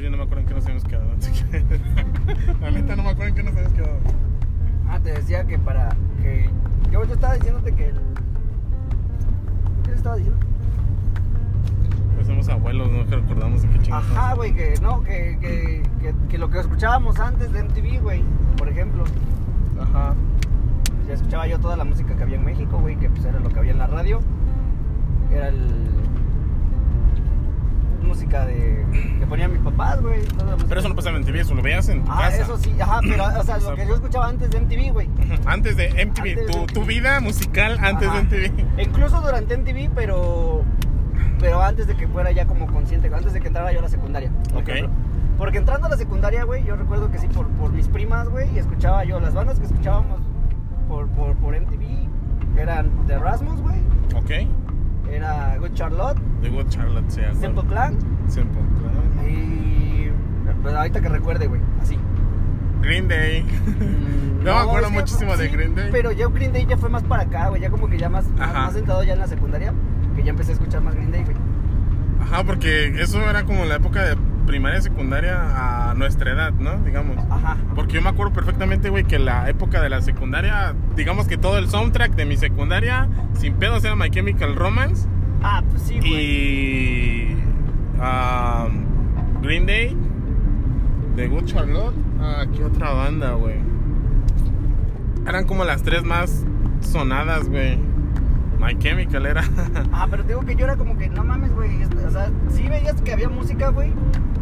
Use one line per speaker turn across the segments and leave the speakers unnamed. nos habíamos quedado. La neta no me acuerdo en qué nos habíamos quedado.
Ah, te decía que para. que Yo, yo estaba diciéndote que el. ¿Qué le estaba diciendo?
Pues somos abuelos, no que recordamos de qué chingados.
Ajá, güey, que no, que, que, que, que lo que escuchábamos antes de MTV, güey, por ejemplo.
Ajá.
pues, ya escuchaba yo toda la música que había en México, güey, que pues era lo que había en la radio. Era el música de que ponían mis papás, güey. toda la música.
Pero eso no pasaba en MTV, eso lo veías en tu
Ah,
casa.
eso sí, ajá, pero o sea, lo
Exacto.
que yo escuchaba antes de MTV, güey.
Ujú, Antes de MTV,
Antes de
tu,
MTV.
tu vida musical antes
Ajá.
de MTV.
Incluso durante MTV, pero pero antes de que fuera ya como consciente, antes de que entrara yo a la secundaria. por
Ok.
ejemplo. Porque entrando a la secundaria, güey, yo recuerdo que sí, por, por mis primas, güey, y escuchaba yo las bandas que escuchábamos por, por, por MTV, eran The Rasmus, güey,
Ok.
era Good Charlotte,
The Good Charlotte, sí. algo.
Simple Plan,
Simple Plan.
y... Pero ahorita que recuerde, güey, así.
Green Day.
Mm,
Yo me acuerdo
es que,
muchísimo de Green Day.
Pero ya Green Day ya fue más para acá, güey, ya como que ya más, más,
Ajá.
más sentado ya en la secundaria, que ya empecé a escuchar más Green Day, güey.
Ajá, porque eso era como la época de primaria y secundaria a nuestra edad, ¿no? Digamos.
Ajá.
Porque yo me acuerdo perfectamente, güey, que la época de la secundaria, digamos que todo el soundtrack de mi secundaria, sin pedos, era My Chemical Romance
Ah, pues sí, güey.
y um, Green Day, The Good Charlotte. Ah, ¿qué otra banda, güey? Eran como las tres más sonadas, güey. My Chemical era.
Ah, pero te digo que yo era como que, no mames, güey. es- O sea, sí veías que había música, güey.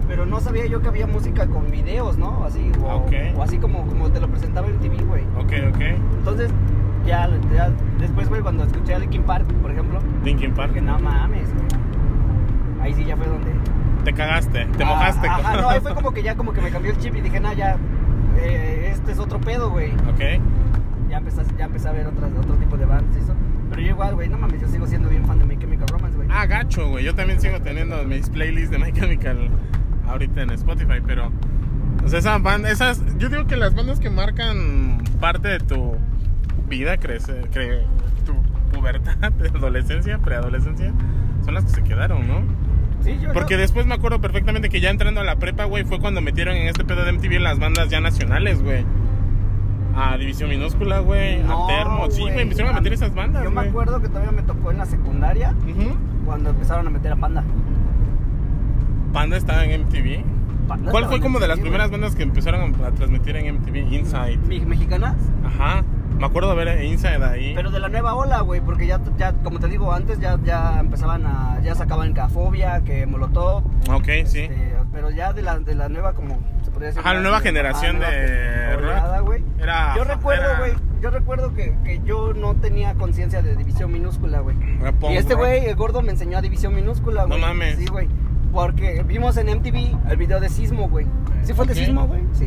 Pero no sabía yo que había música con videos, ¿no? Así, o,
Ok.
o así como, como te lo presentaba en TV, güey.
ok, ok.
Entonces, ya, ya después, güey, cuando escuché a Linkin Park, por ejemplo,
Linkin Park.
que no mames, güey. Ahí sí ya fue donde.
Te cagaste, te
Ah,
mojaste.
Ajá, no, ahí fue como que ya como que me cambió el chip y dije, nah, ya, eh, este es otro pedo, güey.
Ok.
Ya empecé, ya empecé a ver otras, otro tipo de bandas y eso. Pero yo igual, güey, no mames, yo sigo siendo bien fan de My Chemical Romance, güey.
Ah, gacho, güey. Yo también sigo teniendo mis playlists de My Chemical ahorita en Spotify, pero. O sea, esa banda, esas. Yo digo que las bandas que marcan parte de tu vida, crece, cre- tu pubertad, adolescencia, preadolescencia, son las que se quedaron, ¿no?
Sí, yo
Porque
yo-
después me acuerdo perfectamente que ya entrando a la prepa, güey, fue cuando metieron en este pedo de MTV las bandas ya nacionales, güey. A División Minúscula, güey,
No,
a Termo. Sí, güey, empezaron a meter esas bandas,
Yo me
güey.
acuerdo que todavía me tocó en la secundaria
Ujú.
cuando empezaron a meter a Panda.
Panda estaba en MTV.
Panda
¿Cuál
estaba
fue
en
como de
MTV,
las
güey.
primeras bandas que empezaron a transmitir en MTV? Inside.
Mi- mexicanas,
Ajá. Me acuerdo de ver Inside ahí.
pero de la nueva ola, güey, porque ya, ya, como te digo, antes ya, ya empezaban a, ya sacaban Cafobia, que Molotov,
ok, sí.
este, pero ya de la, de la nueva, como se podría decir.
Ajá, la nueva generación
nueva
de rock.
oleada, güey.
Era.
Yo recuerdo,
era-
güey, yo recuerdo que, que yo no tenía conciencia de división minúscula, güey.
era punk
Y este
rock.
güey, el gordo, me enseñó a división minúscula, güey.
No mames.
Sí, güey. Porque vimos en MTV el video de Sismo, güey. ¿Sí fue el
Ok.
de Sismo, güey? Sí.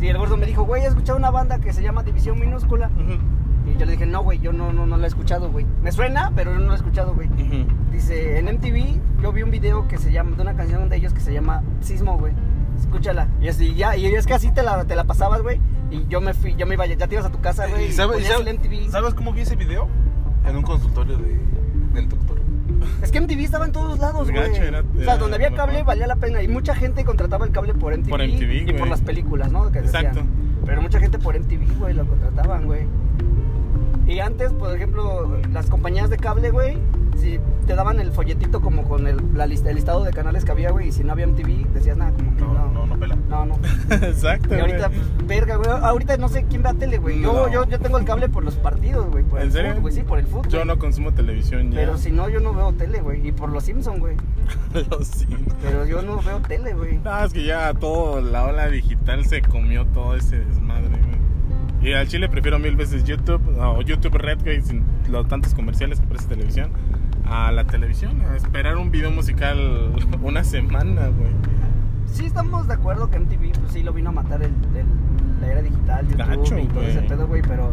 Sí, el gordo me dijo, güey, he escuchado una banda que se llama División Minúscula.
Ujú,
Y yo le dije, no, güey, yo no, no, no la he escuchado, güey. Me suena, pero no la he escuchado, güey.
ujú.
Dice, en MTV yo vi un video que se llama, de una canción de ellos que se llama Sismo, güey. Escúchala. Y así, ya, y es que así te la, te la pasabas, güey. Y yo me fui, yo me iba, ya te ibas a tu casa, güey.
Eh, ¿Y sabe- y
ponías
sabe-
el MTV.
¿Sabes cómo vi ese video? En un consultorio de, del doctor.
Es que MTV estaba en todos lados,
Es
güey.
gacho, era-
o sea,
era
donde había
lo
cable
mejor.
valía la pena. Y mucha gente contrataba el cable por MTV.
Por MTV,
y por
güey.
las películas, ¿no? Que decían.
Exacto.
Pero mucha gente por MTV, güey, lo contrataban, güey. Y antes, por ejemplo, las compañías de cable, güey, si te daban el folletito como con el, la lista, el listado de canales que había, güey, y si no había MTV, decías nada, como que
No,
no.
no, no, pela.
no, no.
Exacto.
Y ahorita,
güey.
pues, verga, güey. Ahorita no sé quién ve a tele, güey. Yo,
No.
yo, yo tengo el cable por los partidos, güey. por
¿En
el
serio?
fut, güey, sí, por el fútbol.
Yo no consumo televisión ya.
Pero si no, yo no veo tele, güey. Y por los Simpson, güey.
Lo siento.
Pero yo no veo tele, güey.
No, es que ya todo, la ola digital se comió todo ese desmadre, güey. Y al chile prefiero mil veces YouTube, o YouTube Red, güey, sin los tantos comerciales que parece televisión, a la televisión, a esperar un video musical una semana, güey.
Sí estamos de acuerdo que MTV, pues sí, lo vino a matar el, el- la era digital, YouTube
Gacho,
y todo ese
güey.
pedo, güey, pero...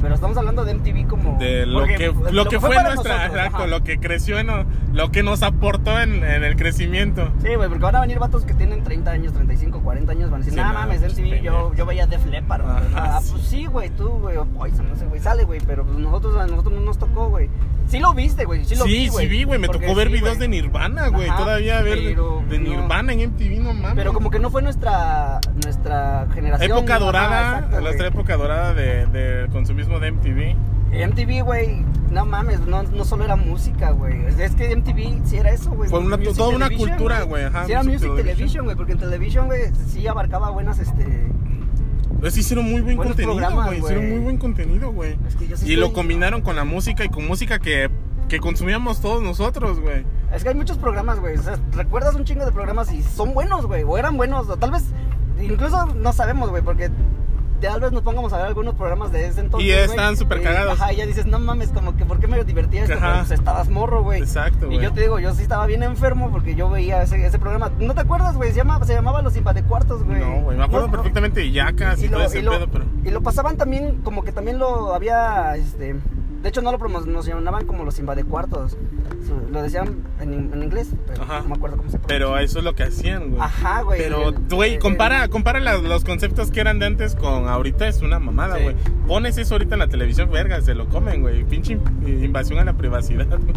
Pero estamos hablando de MTV como.
De lo
porque,
que,
pues,
lo que fue,
para
nuestra.
nosotros,
exacto,
ajá.
lo que creció, en, lo que nos aportó en, en el crecimiento.
Sí, güey, porque van a venir vatos que tienen 30 años, 35, 40 años, van a decir,
Sí,
no nah,
no,
mames,
pues,
MTV, yo,
pendejos".
yo veía Def Leppard, güey.
Ajá,
Ah,
sí.
pues sí, güey, tú, güey, o Poison, no sé, güey, sale, güey, pero pues nosotros, a nosotros no nos tocó, güey. Sí lo viste, güey, sí
Sí,
lo vi,
sí,
güey.
vi, güey. Me
porque
tocó ver
sí,
videos de
güey.
Nirvana, güey.
Ajá,
Todavía ver de-
pero
de
no.
Nirvana en MTV, no mames.
Pero como que no fue nuestra, nuestra generación.
Época
Ajá,
dorada,
exacto,
la
güey.
otra época dorada de, de consumismo de MTV.
MTV, güey, no mames, no, no solo era música, güey. Es- Es que MTV sí era eso, güey.
Fue una-
Music
toda una
Television,
cultura, güey, ajá,
Sí era
Music
Music,
Television.
Television, güey, porque en Television, güey, sí abarcaba buenas, este...
Pues hicieron muy buen
Buenos
contenido,
programas,
güey.
güey.
Hicieron muy buen contenido, güey.
Es que yo sí
Y lo
estoy-
combinaron con la música y con música que, que consumíamos todos nosotros, güey.
Es que hay muchos programas, güey. O sea, recuerdas un chingo de programas y son buenos, güey. O eran buenos, o tal vez... Incluso no sabemos, güey, porque... Tal vez nos pongamos a ver algunos programas de ese entonces.
Y
güey,
están súper
y-
cagados.
Ajá, y ya dices, no mames, como que, ¿por qué me divertía esto?
Ajá.
Pero, Pues estabas morro, güey.
Exacto,
Y
güey.
yo te digo, yo sí estaba bien enfermo porque yo veía ese, ese programa. ¿No te acuerdas, güey? Se llamaba, se llamaba Los Impadecuartos, güey.
No, güey. Me acuerdo
No, no.
perfectamente de Yacas y,
lo-
todo ese
lo-
pedo, pero.
y lo pasaban también, como que también lo había, este... De hecho, no lo promocionaban como Los Invadecuartos. Su- Lo decían en, in- en inglés, pero
Ajá.
no me acuerdo cómo se
Pero
pronuncia.
eso es lo que hacían, güey.
Ajá, güey.
Pero,
El-
güey,
el-
compara,
el-
compara las- los conceptos que eran de antes con ahorita es una mamada,
Sí.
güey. Pones eso ahorita en la televisión, verga, se lo comen, güey. Pinche in- eh, invasión a la privacidad, güey.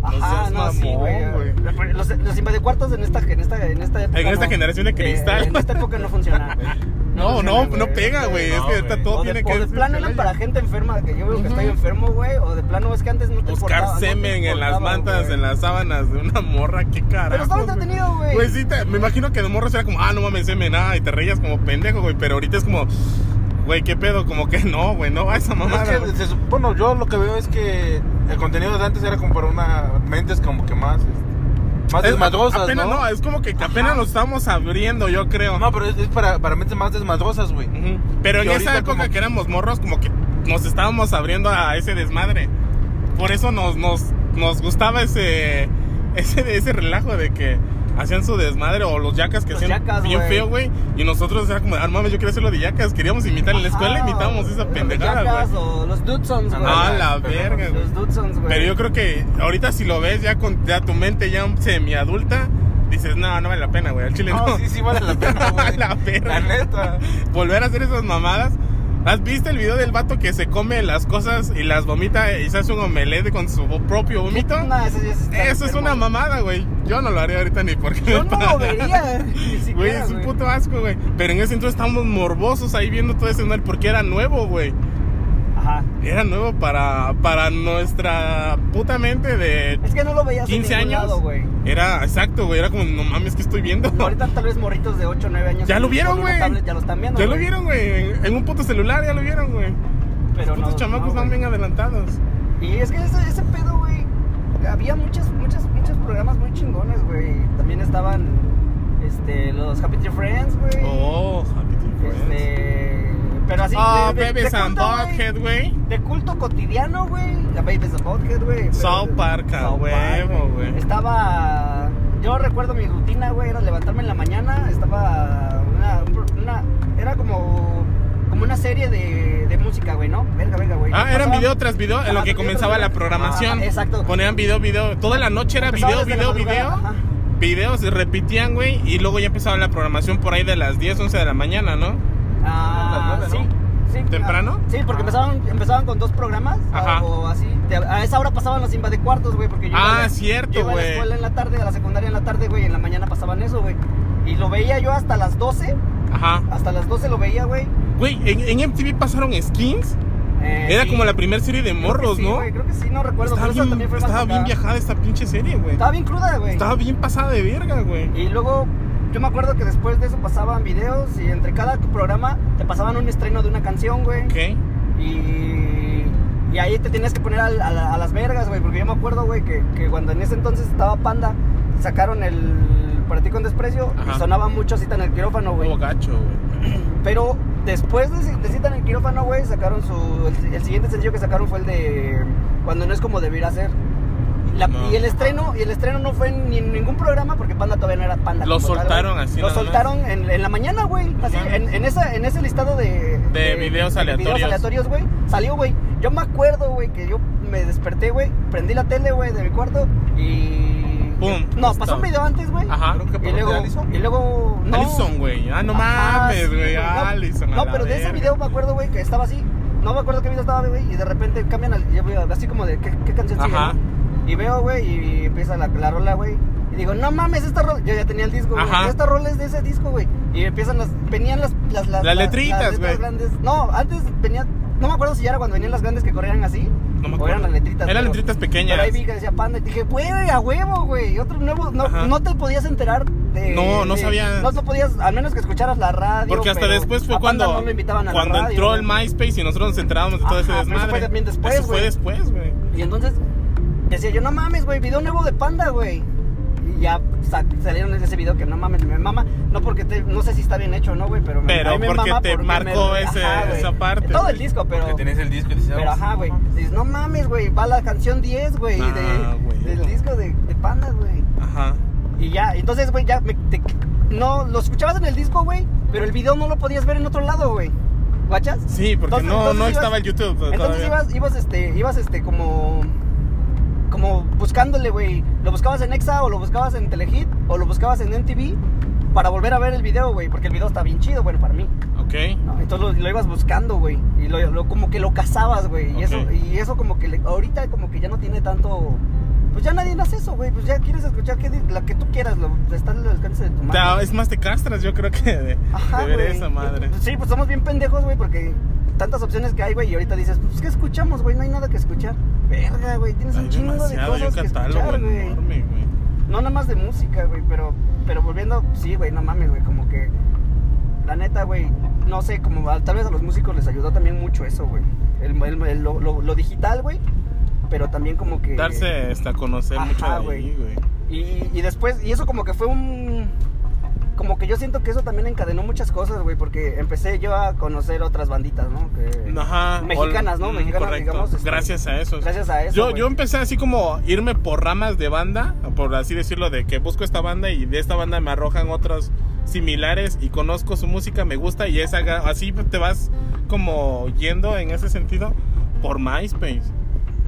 No
Ajá,
seas
no, sí,
mamón,
güey. Los, los Invadecuartos en esta, en esta, en esta época
En esta
no-
generación de
eh,
cristal.
en esta época no funciona, güey.
No, no,
funcionan,
no, pega, güey. es
No,
que ahorita
güey.
todo
O de,
tiene
o
que
de plano eran para gente enferma, que yo veo que estoy enfermo, güey. O de plano es que antes no te
Buscar
importaba, no te
semen en las
importaba,
mantas,
güey.
en las sábanas de una morra, qué carajo.
Pero estaba entretenido, güey.
Güey, Pues sí, te- me imagino que de morro era como, ah, no mames, semen, ah, y te reías como pendejo, güey. Pero ahorita es como, güey, qué pedo, como que no, güey, no va esa mamada.
Es que,
güey.
se sup- bueno, yo lo que veo es que el contenido de antes era como para una mentes como que más, este, más
Es-
desmadrosas,
apenas, eh.
¿no?
es como que apenas lo estamos abriendo, yo creo.
No, pero es, es para, para mentes más desmadrosas, güey.
Ujú. Pero en
Y
esa
ahorita
época
como-
que éramos morros, como que nos estábamos abriendo a ese desmadre. Por eso nos, nos, nos gustaba ese, ese, ese relajo de que hacían su desmadre o los yacas que
Los
hacían
yacas,
bien
güey.
feo, güey. Y nosotros era como, ah, mames, yo quería hacer lo de yacas. Queríamos imitar en la escuela,
Ajá,
imitábamos esa
Ah, los
pendejada,
Yacas
güey.
o los Dudsons, güey.
Ah, la
pero-
verga, güey.
Los Dudsons, güey.
Pero yo creo que ahorita si lo ves ya con ya tu mente ya semiadulta, dices, no, no vale la pena, güey. Al chile
No,
no.
sí, sí vale la pena,
No
güey.
vale la pena.
La neta.
volver a hacer esas mamadas. ¿Has visto el video del vato que se come las cosas y las vomita y se hace un omelette con su propio vómito?
No, eso sí está
Eso es
enfermo.
una mamada, güey. Yo no lo haré ahorita ni porque me
Yo no
pagan.
lo vería. ni siquiera,
Güey, es un puto asco, güey. Pero en ese entonces estábamos morbosos ahí viendo todo ese mal porque era nuevo, güey.
Ajá.
Era nuevo para, para nuestra puta mente de
Es que no lo veías en
15
ningún
años.
lado, güey.
Era exacto, güey. Era como, no mames, ¿qué estoy viendo?
Ahorita tal vez morritos de 8 o 9 años.
Ya
con-
lo vieron,
con una
güey.
tablet Ya lo están viendo.
Ya lo
güey.
vieron, güey. En, en un puto celular ya lo vieron, güey.
Pero
Los putos
no,
chamacos
no,
están
güey.
bien adelantados.
Y es que ese, ese pedo, güey. Había muchos, muchos, muchos programas muy chingones, güey. También estaban este, los Happy Tree Friends, güey.
Oh, Happy Tree Friends.
este, pero así.
Ah,
de- de-
Babies
de
and
culto, güey.
Butthead, güey.
De culto cotidiano, güey. La Babies and Butthead, güey.
South
Pero-
Park, a
South Park,
huevo, güey.
Estaba. Yo recuerdo mi rutina, güey. Era levantarme en la mañana. Estaba. Una. una- era como. Como una serie de, de música, güey, ¿no? Verga, verga, güey.
Ah, eran
Pasaban-
video tras video en lo
Ajá,
que
video
comenzaba
tras
la
video.
programación.
Ajá, exacto.
Ponían video, video. Toda la noche era
Empezaba
video,
desde la
video, video.
madrugada, ajá.
Videos se repetían, güey. Y luego ya empezaba la programación por ahí de las 10, 11 de la mañana, ¿no?
Ah,
Las nueve,
sí. sí.
¿Temprano?
Ah, sí, porque empezaban, empezaban con dos programas ah,
Ajá.
o, o así. Te- A esa hora pasaban los de cuartos, güey, porque yo iba
Ah,
a la-
cierto,
yo iba a la
güey.
escuela en la tarde, a la secundaria en la tarde, güey, y en la mañana pasaban eso, güey. Y lo veía yo hasta las 12,
Ajá.
hasta las 12 lo veía, güey.
Güey, en, en MTV pasaron skins.
Eh,
Era
sí.
como la primera serie de
Creo que
morros,
sí,
¿no?
güey, creo que sí, no recuerdo,
estaba
pero esa
bien,
también fue más
estaba bien
acá.
viajada esta pinche serie, güey.
Estaba bien cruda, güey.
Estaba bien pasada de verga, güey.
Y luego yo me acuerdo que después de eso pasaban videos y entre cada programa te pasaban un estreno de una canción, güey.
¿Qué?
Y, y ahí te tenías que poner al- a, la- a las vergas, güey. Porque yo me acuerdo, güey, que, que cuando en ese entonces estaba Panda, sacaron el Para ti con desprecio
Ajá.
y sonaba mucho Cita en el quirófano, güey.
Hubo gacho, güey.
Pero después de, de Cita en el quirófano, güey, sacaron su. El, el siguiente sencillo que sacaron fue el de Cuando no es como debiera ser. Y La-
No.
Y el estreno, y el estreno no fue ni en ningún programa porque Panda todavía no era Panda.
Lo
como tal, güey.
soltaron así
Lo
nada más.
soltaron en, en la mañana, güey. Así,
mames.
en, en esa, en ese listado de...
De videos aleatorios.
videos aleatorios, güey. Salió, güey. Yo me acuerdo, güey, que yo me desperté, güey. Prendí la tele, güey, de mi cuarto y...
Pum.
No, pasó un
Está.
video antes, güey.
Ajá.
Creo que
Y
por
luego...
Allison.
Y luego... No.
Allison, güey. Ah, no
Ajá,
mames,
sí,
güey.
no.
Allison. a
No,
la
pero de ese
verga.
video me acuerdo, güey, que estaba así. No me acuerdo qué video estaba, güey, y de repente cambian al, yo veo así como de qué, qué canción sigue.
Ajá.
¿no? Y veo, güey, y empieza la, la rola, güey. Y digo, no mames, esta rola. Yo ya tenía el disco, güey.
Ajá.
Esta rola es de ese disco, güey. Y empiezan las. Venían las. Las,
Las
las
letritas,
letras
güey.
grandes. No, antes venía. No me acuerdo si ya era cuando venían las grandes que corrían así.
No me
o eran
acuerdo.
las letritas.
Eran
pero-
letritas pequeñas.
Pero ahí vi que decía panda. Y dije, güey, a huevo, güey. Otro nuevo. No,
Ajá.
no te podías enterar de.
No, no
de-
sabía.
No, no podías. Al menos que escucharas la radio.
Porque hasta
pero
después
a
fue
Panda
cuando,
no lo invitaban a la
cuando
radio,
entró el
güey.
MySpace y nosotros nos enterábamos de todo ese
Ajá, pero
desmadre.
eso fue también después,
Eso fue
güey.
después, güey.
Y entonces decía yo, no mames, güey, video nuevo de Panda, güey. Y ya sa- salieron ese video que no mames, me mama. No porque te- no sé si está bien hecho o no, güey, pero me
Pero
a mí me
porque
mama
te marcó ese-
güey.
esa parte,
Todo
güey.
el disco, pero.
Porque tenés el disco y dices,
Pero
"Ah,
ajá, güey. Dices, pues, no mames, güey, va la canción 10, güey,
Ah,
de-
güey.
del disco de, de Panda, güey.
Ajá.
Y ya, entonces, güey, ya me- te- no, lo escuchabas en el disco, güey, pero el video no lo podías ver en otro lado, güey. ¿Guachas?
Sí, porque
Entonces-
no,
entonces
no
ibas-
estaba el YouTube.
Entonces
todavía.
ibas, ibas, este, ibas, este, como, como buscándole, güey. Lo buscabas en Exa o lo buscabas en Telehit o lo buscabas en MTV para volver a ver el video, güey, porque el video está bien chido, bueno, para mí.
Ok.
¿no? Entonces lo, lo ibas buscando, güey, y lo, lo- como que lo cazabas, güey,
Ok.
y eso, y eso como que le- ahorita como que ya no tiene tanto, pues ya nadie hace eso, güey, pues ya quieres escuchar que, di- la que tú quieras, lo, está al alcance de tu mano.
Ta- Ah, es más, te castras, yo creo que de, de ver
güey.
esa madre.
Sí, pues somos bien pendejos, güey, porque tantas opciones que hay, güey, y ahorita dices, pues, ¿qué escuchamos, güey? No hay nada que escuchar. Verga, güey, tienes
Hay
un chingo de
demasiado, hay un
cosas que
catálogo
escuchar, güey.
enorme, güey.
No nada más de música, güey, pero, pero volviendo, sí, güey, no mames, güey, como que, la neta, güey, no sé, como a- tal vez a los músicos les ayudó también mucho eso, güey. El, el- el- lo, lo- lo digital, güey, pero también como que...
Darse hasta conocer mucho de
Ajá,
ahí,
güey.
güey.
Y, y después, y eso como que fue un... Como que yo siento que eso también encadenó muchas cosas, güey, porque empecé yo a conocer otras banditas, ¿no? Que-
Ajá.
este, Mexicanas, ¿no?
Mm,
Mexicanas,
correcto.
digamos, este,
gracias a eso.
Gracias a eso.
Yo,
güey.
yo empecé así como irme por ramas de banda, por así decirlo, de que busco esta banda y de esta banda me arrojan otras similares y conozco su música, me gusta y esa, así te vas como yendo en ese sentido por MySpace.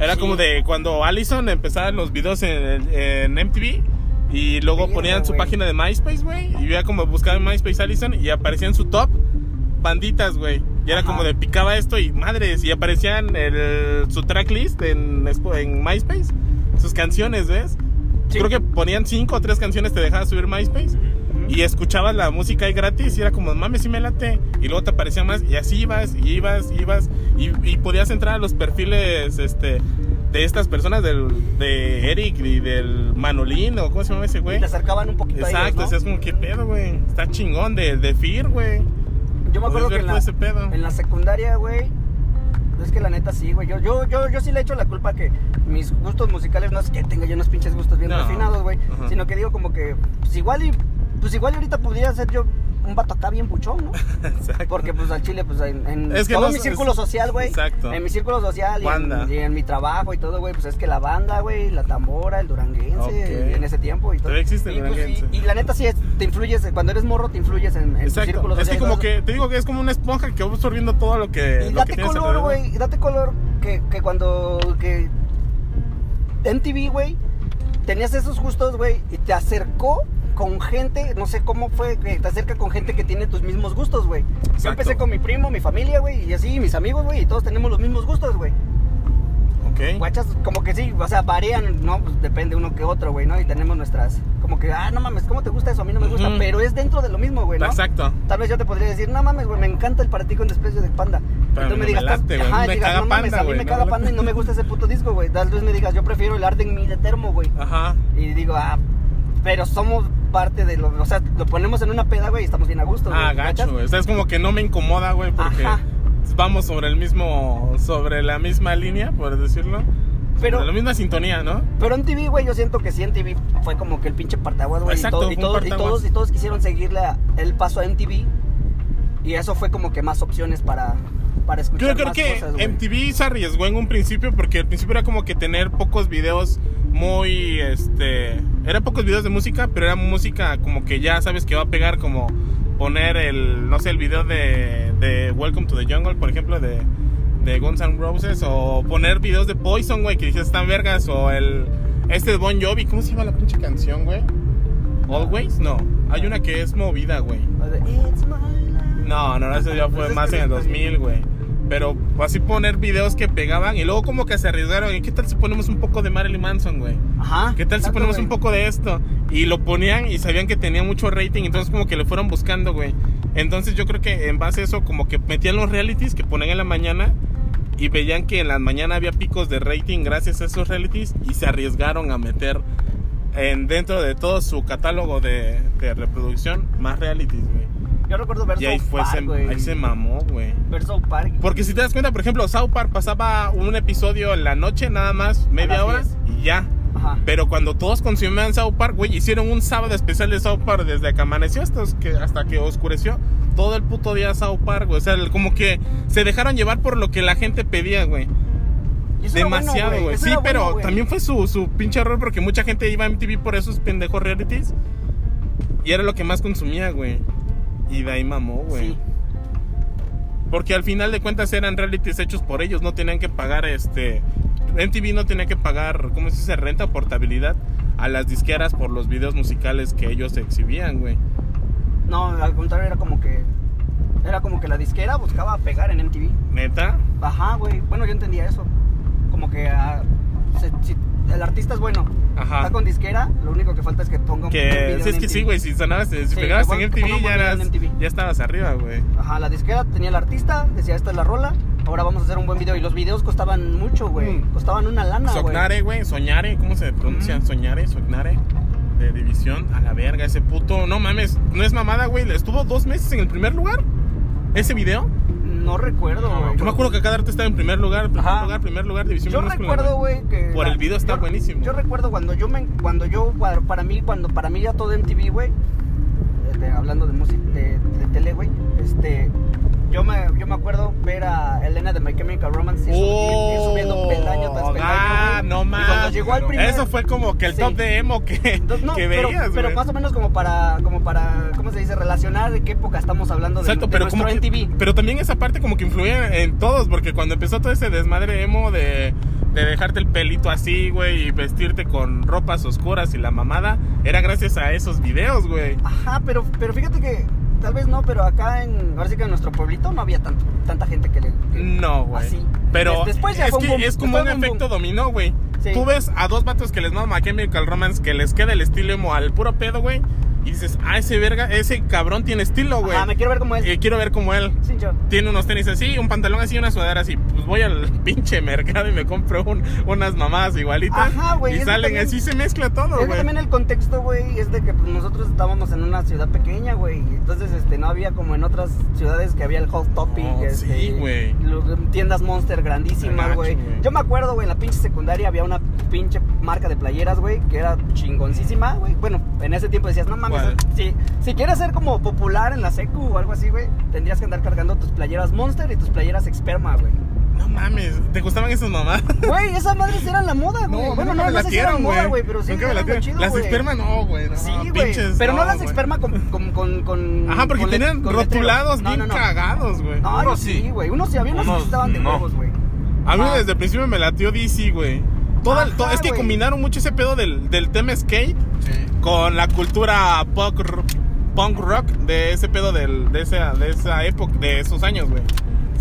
Era
Sí.
como de cuando Allison empezaba los videos en, en MTV y luego
Verga,
ponían su
güey.
página de MySpace, güey, y veía como buscaba en MySpace Allison y aparecía en su top banditas, güey. Y era
Ajá.
como de picaba esto y madres. Y aparecían el, su tracklist en, Sp- en MySpace. Sus canciones, ¿ves?
Sí.
Creo que ponían cinco o tres canciones, te dejaba subir MySpace. Y escuchabas la música ahí gratis y era como, mames, sí me late. Y luego te aparecía más y así ibas, y ibas, y ibas. Y, y podías entrar a los perfiles este, de estas personas, del, de Eric y del Manolín, o cómo se llama ese
Y
güey.
te acercaban un poquito a ellos,
Exacto,
¿no?
o sea, es como, qué pedo, güey. Está chingón, de, de Fear, güey.
Yo me
Podías
acuerdo que
ver
en
todo
la,
ese pedo.
en la secundaria, güey. Es que la neta sí, güey. Yo, yo, yo, yo sí le echo la culpa que mis gustos musicales no es que tenga yo unos pinches gustos bien
No.
refinados, güey.
Ajá.
Sino que digo como que, pues igual y, pues igual y ahorita podría ser yo un vato acá bien puchón, ¿no?
Exacto.
Porque pues al chile, pues en, en
Es que
todo
no
mi
es-
círculo social, güey.
Exacto.
En mi círculo social y
Banda.
en, y en mi trabajo y todo, güey. Pues es que la banda, güey, la tambora, el duranguense,
Ok.
en ese tiempo y todo.
Todavía existe el
y, pues, y-
duranguense.
y la neta sí, es- te influyes, cuando eres morro te influyes en, en tu círculo
Exacto.
social.
Es que
y
como
todo eso.
que, te digo que es como una esponja que va absorbiendo todo lo que,
Y
Eh, lo que
date
tienes
color,
alrededor.
güey. Date color que, que cuando. Que MTV, güey. Tenías esos gustos, güey. Y te acercó con gente. No sé cómo fue. Que te acerca con gente que tiene tus mismos gustos, güey.
Exacto.
Yo empecé con mi primo, mi familia, güey. Y así, mis amigos, güey. Y todos tenemos los mismos gustos, güey.
Ok.
Guachas, como que sí. O sea, varían, ¿no? Pues depende uno que otro, güey, ¿no? Y tenemos nuestras. Como que, ah, no mames, ¿cómo te gusta eso? A mí no me gusta.
Ujú.
Pero es dentro de lo mismo, güey, ¿no?
Exacto.
Tal vez yo te podría decir, no mames, güey, me encanta el partido con desprecio de panda.
Pero
y tú
no me
me digas,
late,
"Estás-
güey,
ajá, y
me
digas,
caga
no mames,
Panda,
a mí
güey,
me
no
caga
me
panda y no me gusta ese puto disco, güey. Tal vez me digas, yo prefiero el Arden Mil de Termo, güey.
Ajá.
Y digo, ah, pero somos parte de lo, o sea, lo ponemos en una peda, güey, y estamos bien a gusto, güey.
Ah,
¿cachas?
gacho, güey. O sea, es como que no me incomoda, güey, porque
Ajá.
vamos sobre el mismo, sobre la misma línea, por decirlo.
Pero-
Sobre la misma sintonía, ¿no?
Pero en TV, güey, yo siento que sí en TV fue como que el pinche partaguas, güey. y
Exacto,
todo-
fue
y,
un
todos, y
partaguas.
todos y todos quisieron seguirle a- el paso a MTV. Y eso fue como que más opciones para, para escuchar
Yo creo
más
que
cosas, güey.
MTV se arriesgó en un principio porque al principio era como que tener pocos videos muy, este, era pocos videos de música, pero era música como que ya sabes que va a pegar, como poner el, no sé, el video de, de Welcome to the Jungle, por ejemplo, de, de Guns N' Roses, o poner videos de Poison, güey, que dices están vergas, o el, este de Bon Jovi, ¿cómo se llama la pinche canción, güey? Always, no, hay una que es movida, güey.
O de, It's my life.
No, no, no, eso ya fue
Pues es
más
que
en el
no está
2000,
bien.
güey. Pero así poner videos que pegaban y luego como que se arriesgaron. ¿Y qué tal si ponemos un poco de Marilyn Manson, güey?
Ajá.
¿Qué tal si
exacto,
ponemos
güey.
un poco de esto? Y lo ponían y sabían que tenía mucho rating, entonces como que le fueron buscando, güey. Entonces yo creo que en base a eso como que metían los realities que ponían en la mañana y veían que en la mañana había picos de rating gracias a esos realities y se arriesgaron a meter en, dentro de todo su catálogo de, de reproducción más realities, güey.
Yo recuerdo ver
Y ahí
South
fue, se-
Park, güey.
ahí se mamó, güey.
Ver South Park.
Porque si te das cuenta, por ejemplo, South Park pasaba un episodio en la noche, nada más, media
las
hora,
10.
y ya.
Ajá.
Pero cuando todos consumían South Park, güey, hicieron un sábado especial de South Park desde que amaneció hasta que, hasta que oscureció. Todo el puto día South Park, güey. O sea, el- como que se dejaron llevar por lo que la gente pedía, güey.
Y eso era bueno,
Demasiado, güey.
Eso
sí,
era
pero
bueno, güey.
también fue su, su pinche error porque mucha gente iba a MTV por esos pendejos realities. Y era lo que más consumía, güey. Y de ahí mamó, güey.
Sí.
Porque al final de cuentas eran realities hechos por ellos, no tenían que pagar este. MTV no tenía que pagar, ¿cómo se dice? Renta o portabilidad a las disqueras por los videos musicales que ellos exhibían, güey.
No, al contrario, era como que. Era como que la disquera buscaba pegar en MTV.
¿Neta?
Ajá, güey. Bueno, yo entendía eso. Como que. ah, se- si el artista es bueno. Está
Ajá.
Ah, con disquera, lo único que falta es que ponga un un
Que
video
si es
en
que sí,
MTV.
güey, si sonabas, si pegabas
que
en
pongan
MTV
un
ya,
video en
eras-
MTV.
ya estabas arriba, güey.
Ajá, la disquera tenía el artista, decía esta es la rola, ahora vamos a hacer un buen video. Y los videos costaban mucho, güey.
Mm.
Costaban una lana, güey.
Sognare, güey, soñare, ¿cómo se pronuncia?
Ujú.
Soñare, sognare. De división a la verga, ese puto. No mames, no es mamada, güey. Estuvo dos meses en el primer lugar. Ese video.
No recuerdo,
No,
güey.
yo me acuerdo que cada arte estaba en primer lugar, primer
Ajá.
lugar, primer lugar, división
Yo
minúscula,
recuerdo, güey, que.
Por el video está
yo-
buenísimo.
Yo recuerdo cuando yo me. Cuando yo. Para mí, cuando para mí ya todo MTV, güey. eh, de- hablando de música. De, de tele, güey. Este. Yo me, yo me acuerdo ver a Elena de My Chemical Romance ir, subi- ir
Oh,
subiendo peldaño tras peldaño.
ah,
güey.
no
Y cuando
más.
llegó al primer.
Eso fue como que el
Sí.
top de emo que,
Entonces, no,
que
pero,
veías, güey.
pero más o menos como para, como para, ¿cómo se dice? Relacionar de qué época estamos hablando de,
Exacto,
de
pero como
nuestro
que-
MTV.
pero también esa parte como que influía en todos, porque cuando empezó todo ese desmadre emo de, de dejarte el pelito así, güey, y vestirte con ropas oscuras y la mamada, era gracias a esos videos, güey.
Ajá, pero, pero fíjate que tal vez no, pero acá en, ahora sí que en nuestro pueblito no había tanto, tanta gente que le... que-
No, güey.
Así.
Pero
Des- después ya
es,
fue un
que
boom,
es como
después
un
fue un
efecto
boom.
dominó, güey.
Sí.
Tú ves a dos vatos que les mama Chemical Romance, que les queda el estilo emo al puro pedo, güey. Y dices, ah, ese verga, ese cabrón tiene estilo, güey.
Ajá, me quiero ver cómo es.
Eh, quiero ver como él.
Sí, yo.
Tiene unos tenis así, un pantalón así, una sudadera así. Pues voy al pinche mercado y me compro un- unas mamadas igualitas.
Ajá, güey,
Y
es que
salen
también-
así, se mezcla todo,
Es que
güey.
también el contexto, güey, es de que pues, nosotros estábamos en una ciudad pequeña, güey. y Entonces, este, no había como en otras ciudades que había el Hot Topic.
No,
este,
sí, güey.
lu- Tiendas Monster grandísimas,
Gacho,
güey.
güey.
Yo me acuerdo, güey, en la pinche secundaria había una pinche marca de playeras, güey, que era chingoncísima, güey. Bueno, en ese tiempo decías, no mames,
¿Cuál?
si, si quieres ser como popular en la secu o algo así, güey, tendrías que andar cargando tus playeras Monster y tus playeras Experma, güey.
No mames, ¿te gustaban esas mamadas?
Güey, esas madres eran la moda, güey. bueno,
nunca
no,
me
no sé si
latieron,
eran moda, güey, pero sí
Nunca me
eran
latieron.
chido,
Las
güey.
experma no, güey. no,
Sí, güey.
Ah, pinches,
Pero no, las
güey.
experma con, con, con, con-
Ajá, porque
con let-
tenían
con letrero.
rotulados
No,
bien
no, no.
cagados, güey.
No,
Unos
unos sí,
sí.
güey. Unos sí, había unos,
Unos
que estaban de
no.
huevos, güey.
A mí
Ah.
desde el principio me latió DC, güey. Todo el- to-
Ajá,
es que
güey.
combinaron mucho ese pedo del, del tema skate
Sí.
con la cultura punk, ro- punk rock de ese pedo del, de, esa, de esa época, de esos años, güey.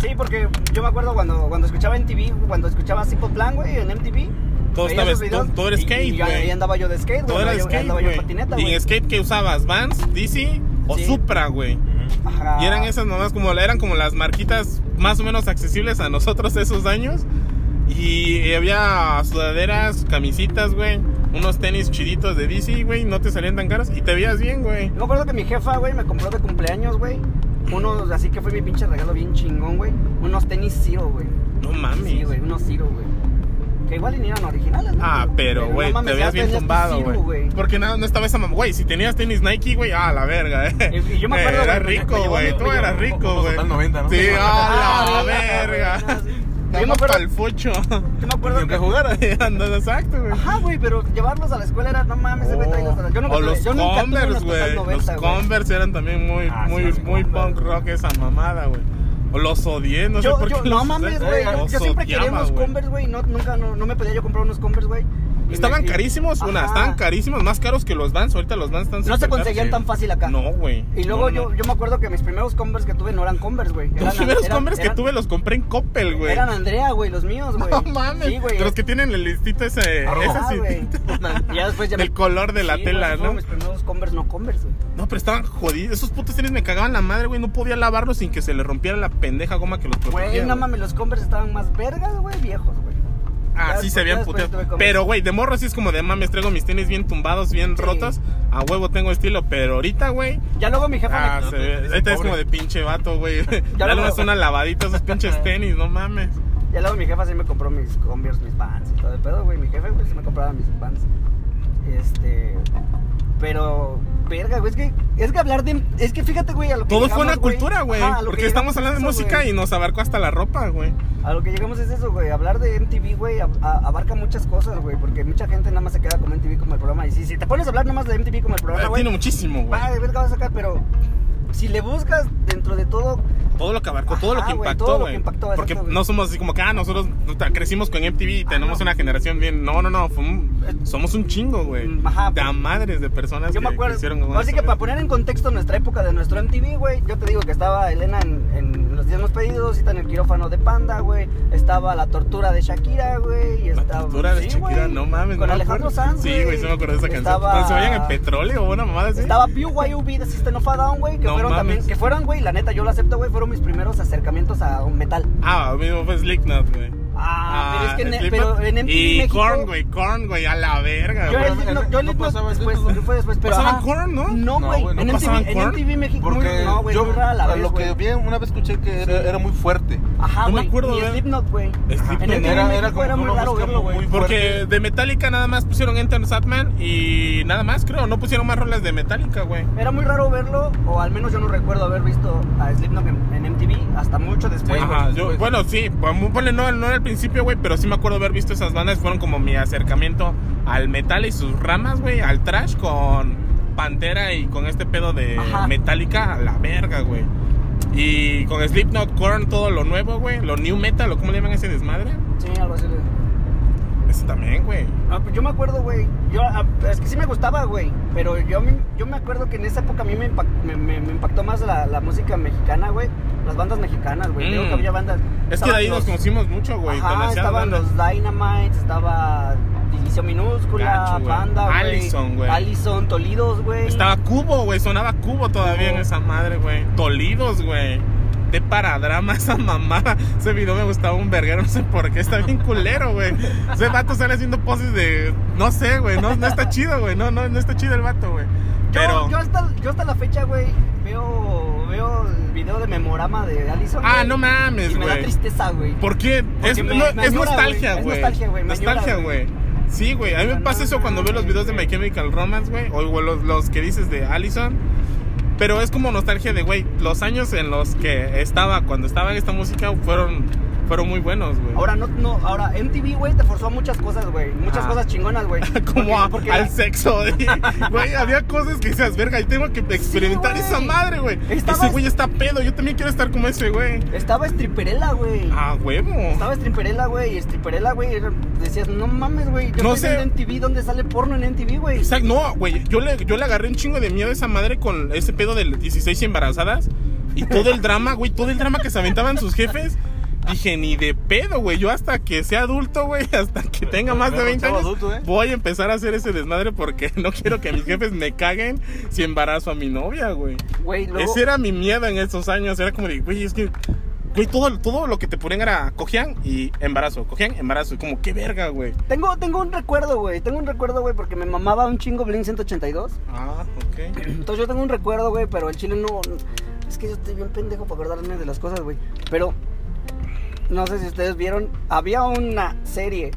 Sí, porque yo me acuerdo cuando, cuando escuchaba en TV, cuando escuchaba Simple Plan, güey, en MTV.
Todo
veía
estaba-
esos videos
todo- todo era
y-
skate,
Y, yo-
güey.
ahí andaba yo de skate, güey.
Todo era
andaba yo-
skate,
Andaba yo en patineta,
güey. Y
güey.
en skate que usabas Vans, DC o
Sí.
Supra, güey.
Ajá.
Y eran esas nomás como eran como las marquitas más o menos accesibles a nosotros esos años. Y había sudaderas, camisitas, güey, unos tenis chiditos de DC, güey, no te salían tan caros y te veías bien, güey.
Yo me acuerdo que mi jefa, güey, me compró de cumpleaños, güey. Unos, así que fue mi pinche regalo bien chingón, güey. Unos tenis Zero, güey.
No mames.
Sí, güey, unos Zero, güey. Que igual y ni eran originales, ¿no?
Ah, pero,
no
güey,
mames,
te
ya
veías bien
tenías tu
tumbado,
Zero,
güey. Porque nada, no estaba esa mamá. Güey, si tenías tenis Nike, güey, ah, la verga, eh.
Y- y yo me acuerdo,
Era
güey, me-
rico,
me llevó-
güey,
me
tú
llevó-
eras
me
rico,
llevó
güey.
total 90, ¿no?
Sí, ah, la
güey,
verga.
no, sí. Yo me
Lleno
acuerdo-
pa'l fucho.
Yo me acuerdo
Ni aunque
que-
jugara.
Andando exacto, güey.
Ajá, güey, pero llevarlos a la escuela era, no mames, ese güey trae los yo nunca
o
tuve-
los
yo nunca tuve
Converse,
unos
güey.
total 90,
los
güey.
Converse eran también muy,
Ah, sí,
muy,
los
muy
Converse.
punk rock esa mamada, güey. O los odié, no
yo,
sé por
yo-
qué.
no
los-
mames, güey. Yo,
los
yo siempre quería
odiaba,
unos
güey.
Converse, güey. y No, nunca, no, no me podía yo comprar unos Converse, güey. Y
Estaban
me- y-
carísimos, una,
Ajá.
estaban carísimos, más caros que los Vans. Ahorita los Vans están
No se
supercaros,
conseguían
sí.
tan fácil acá.
No, güey.
Y luego
No,
yo,
no.
yo me acuerdo que mis primeros Converse que tuve no eran Converse, güey.
Los
Eran-
primeros
eran-
Converse que
eran-
tuve los compré en Coppel, güey.
Eran Andrea, güey, los míos, güey.
No mames.
Sí, güey.
de los que tienen el listito ese.
Arroba.
esa
Ah,
sí-
güey. Y ya después ya
Del color de la
Sí,
tela, ¿no?
güey, fueron Mis primeros Converse, no Converse, güey.
No, pero estaban jodidos. Esos putos tenis me cagaban la madre, güey. No podía lavarlos sin que se le rompiera la pendeja goma que los protegía.
Güey, no
güey.
mames, los Converse estaban más vergas, güey, viejos, güey.
Ah,
Ya
sí
después-
se
ya
habían
después
puteado.
tuve como-
Pero, güey, de morro sí es como de mames, traigo mis tenis bien tumbados, bien
Sí.
rotos. A huevo tengo estilo, pero ahorita, güey.
Ya luego mi jefa
Ah, se
me
te
ve.
dice
Ahorita es
pobre.
como de pinche vato, güey. Ya,
lo
le
veo.
das una lavadita a esos pinches tenis, no mames.
Ya luego mi jefa sí me compró mis Converse, mis Vans y todo el pedo, güey. Mi jefe, güey, sí me compraba mis Vans. Este. Pero, verga, güey, es que, es que hablar de. Es que fíjate, güey, a lo que.
Todo fue
llegamos,
una cultura, güey.
Ajá, a lo
Porque
que
estamos
llegamos
hablando de
es eso,
música
güey.
y nos abarcó hasta la ropa, güey.
A lo que llegamos es eso, güey. Hablar de MTV, güey, ab- a- abarca muchas cosas, güey. Porque mucha gente nada más se queda con MTV como el programa. Y si, si te pones a hablar nada más de MTV como el
Eh,
programa, güey.
Tiene muchísimo, güey.
va, de verga vas a sacar, pero. Si le buscas dentro de todo,
Todo lo que abarcó, todo lo
Ajá,
que
güey, todo
impactó,
lo que
güey.
impactó,
Porque
exacto, güey.
no somos así como que, ah, nosotros puta, crecimos con MTV y
Ah,
tenemos
no.
una generación bien. No, no, no. fue un- somos un chingo, güey.
Eh, Ajá,
De
pues.
a madres de personas
Yo
que
me acuerdo.
crecieron con
Así que
eso,
para
güey.
poner en contexto nuestra época de nuestro MTV, güey, yo te digo que estaba Elena en, en los días más pedidos, está en el quirófano de Panda, güey, estaba la tortura de Shakira, güey, y
La
estaba
tortura de
Sí,
Shakira,
güey,
no mames.
con
no me
Alejandro
acuerdo.
Sanz,
Sí, güey, sí me acuerdo de esa canción.
Estaba-
Cuando se vayan en petróleo o una mamada así.
Estaba BYOB de System of a Down, güey, que
No
fueron
mames.
también, que fueron, güey, la neta, yo lo acepto, güey, fueron mis primeros acercamientos a un metal.
Ah, mismo fue Slipknot, güey.
Ah, pero es que en,
Slipknot.
pero en MTV
Y
México-
Korn, güey, Korn, güey, a la verga,
Yo
güey.
el Slipknot- yo
No
el Slipknot
pasaba
después,
Slipknot, güey.
fue después, pero
Pasaban
ajá.
Korn, ¿no?
No,
No,
güey,
güey, no
en,
pasaban
MTV, en
Korn.
MTV México,
Porque
no, güey,
yo
muy rara la
a
vez,
lo
güey.
que bien una vez escuché que era, era muy fuerte.
Ajá,
No me
güey.
acuerdo,
y
güey.
Slipknot, güey.
Slipknot,
En el
era-
era,
era
era,
como que
muy
uno
raro
buscaba
verlo, güey.
muy-
Porque
fuerte.
de Metallica nada más pusieron Enter Satman y nada más, creo. No pusieron más rolas de Metallica, güey.
Era muy raro verlo, o al menos yo no recuerdo haber visto a Slipknot en, en MTV hasta mucho después. güey.
Ajá,
güey,
yo,
güey.
bueno, sí, pon- ponle, no, no era al principio, güey, pero sí me acuerdo haber visto esas bandas, fueron como mi acercamiento al metal y sus ramas, güey, al trash con Pantera y con este pedo de
Ajá.
Metallica a la verga, güey. Y con Slipknot, Korn, todo lo nuevo, güey, lo new metal, o cómo le llaman a ese desmadre.
Sí, algo así. güey.
Eso también, güey.
Ah, pues yo me acuerdo, güey. Yo, ah, es que sí me gustaba, güey. Pero yo, a mí- yo me acuerdo que en esa época a mí me, impac- me- me- me impactó más la, la música mexicana, güey. Las bandas mexicanas, güey. Digo
Mm.
que había bandas.
Es que de ahí
estaban
nos
los-
conocimos mucho, güey.
Ajá,
demasiadas
estaban
bandas.
los Dynamites, estaba División
Gacho,
Minúscula,
güey.
Panda, güey.
Allison, güey.
Allison, Tolidos, güey.
Estaba Cubo, güey, sonaba Cubo todavía
Cubo.
en esa madre, güey. Tolidos, güey. De paradrama esa mamada. Ese video me gustaba un verguero, no sé por qué. Está bien culero, güey. Ese vato sale haciendo poses de... No sé, güey. No, no está chido, güey. No, no, no está chido el vato, güey.
Yo,
Pero...
yo, hasta, yo hasta la fecha, güey, veo, veo el video de memorama de Allison.
ah,
güey,
no mames,
Y me da
güey.
tristeza, güey.
¿Por qué?
Porque
Es,
me-
no-
me
es
añora,
nostalgia,
güey. Es
güey.
nostalgia, güey, me añora,
Nostalgia,
güey.
güey. Sí, güey. A mí me
No
pasa eso cuando veo los
mames,
videos de
güey.
My Chemical Romance, güey. O igual los, los que dices de Allison. Pero es como nostalgia de, güey, los años en los que estaba, cuando estaba en esta música, fueron, fueron muy buenos, güey.
Ahora, no, no, ahora, MTV, güey, te forzó a muchas cosas, güey. Muchas
Ah.
cosas chingonas, güey.
como a-
Porque- porque-
al sexo, de- güey. había cosas que decías, verga, y tengo que experimentar
güey.
esa madre, güey.
Estabas-
Ese güey está pedo, yo también quiero estar como ese, güey.
Estaba Stripperella, güey.
Ah, huevo.
Estaba Stripperella, güey, y Stripperella, güey, era- decías, no mames, güey, yo
No
estoy
sé.
viendo MTV, ¿dónde sale porno en MTV, güey?
Exacto, no, güey, yo le, yo le agarré un chingo de miedo a esa madre con ese pedo de las 16 embarazadas y todo el drama, güey, todo el drama que se aventaban sus jefes. Dije, ni de pedo, güey, yo hasta que sea adulto, güey, hasta que tenga más de
Pero
20
chavo
años,
adulto, ¿eh?
voy a empezar a hacer ese desmadre porque no quiero que mis jefes me caguen si embarazo a mi novia, güey.
Güey, luego...
Ese era mi miedo en esos años, era como de, güey, es que... Güey, todo, todo lo que te ponían era cogían y embarazo, cogían, embarazo. Y como, qué verga, güey.
Tengo, tengo un recuerdo, güey, tengo un recuerdo, güey, porque me mamaba un chingo Blink 182.
Ah, ok.
Entonces yo tengo un recuerdo, güey, pero el chile no... Es que yo estoy bien pendejo para acordarme de las cosas, güey. Pero, no sé si ustedes vieron, había una serie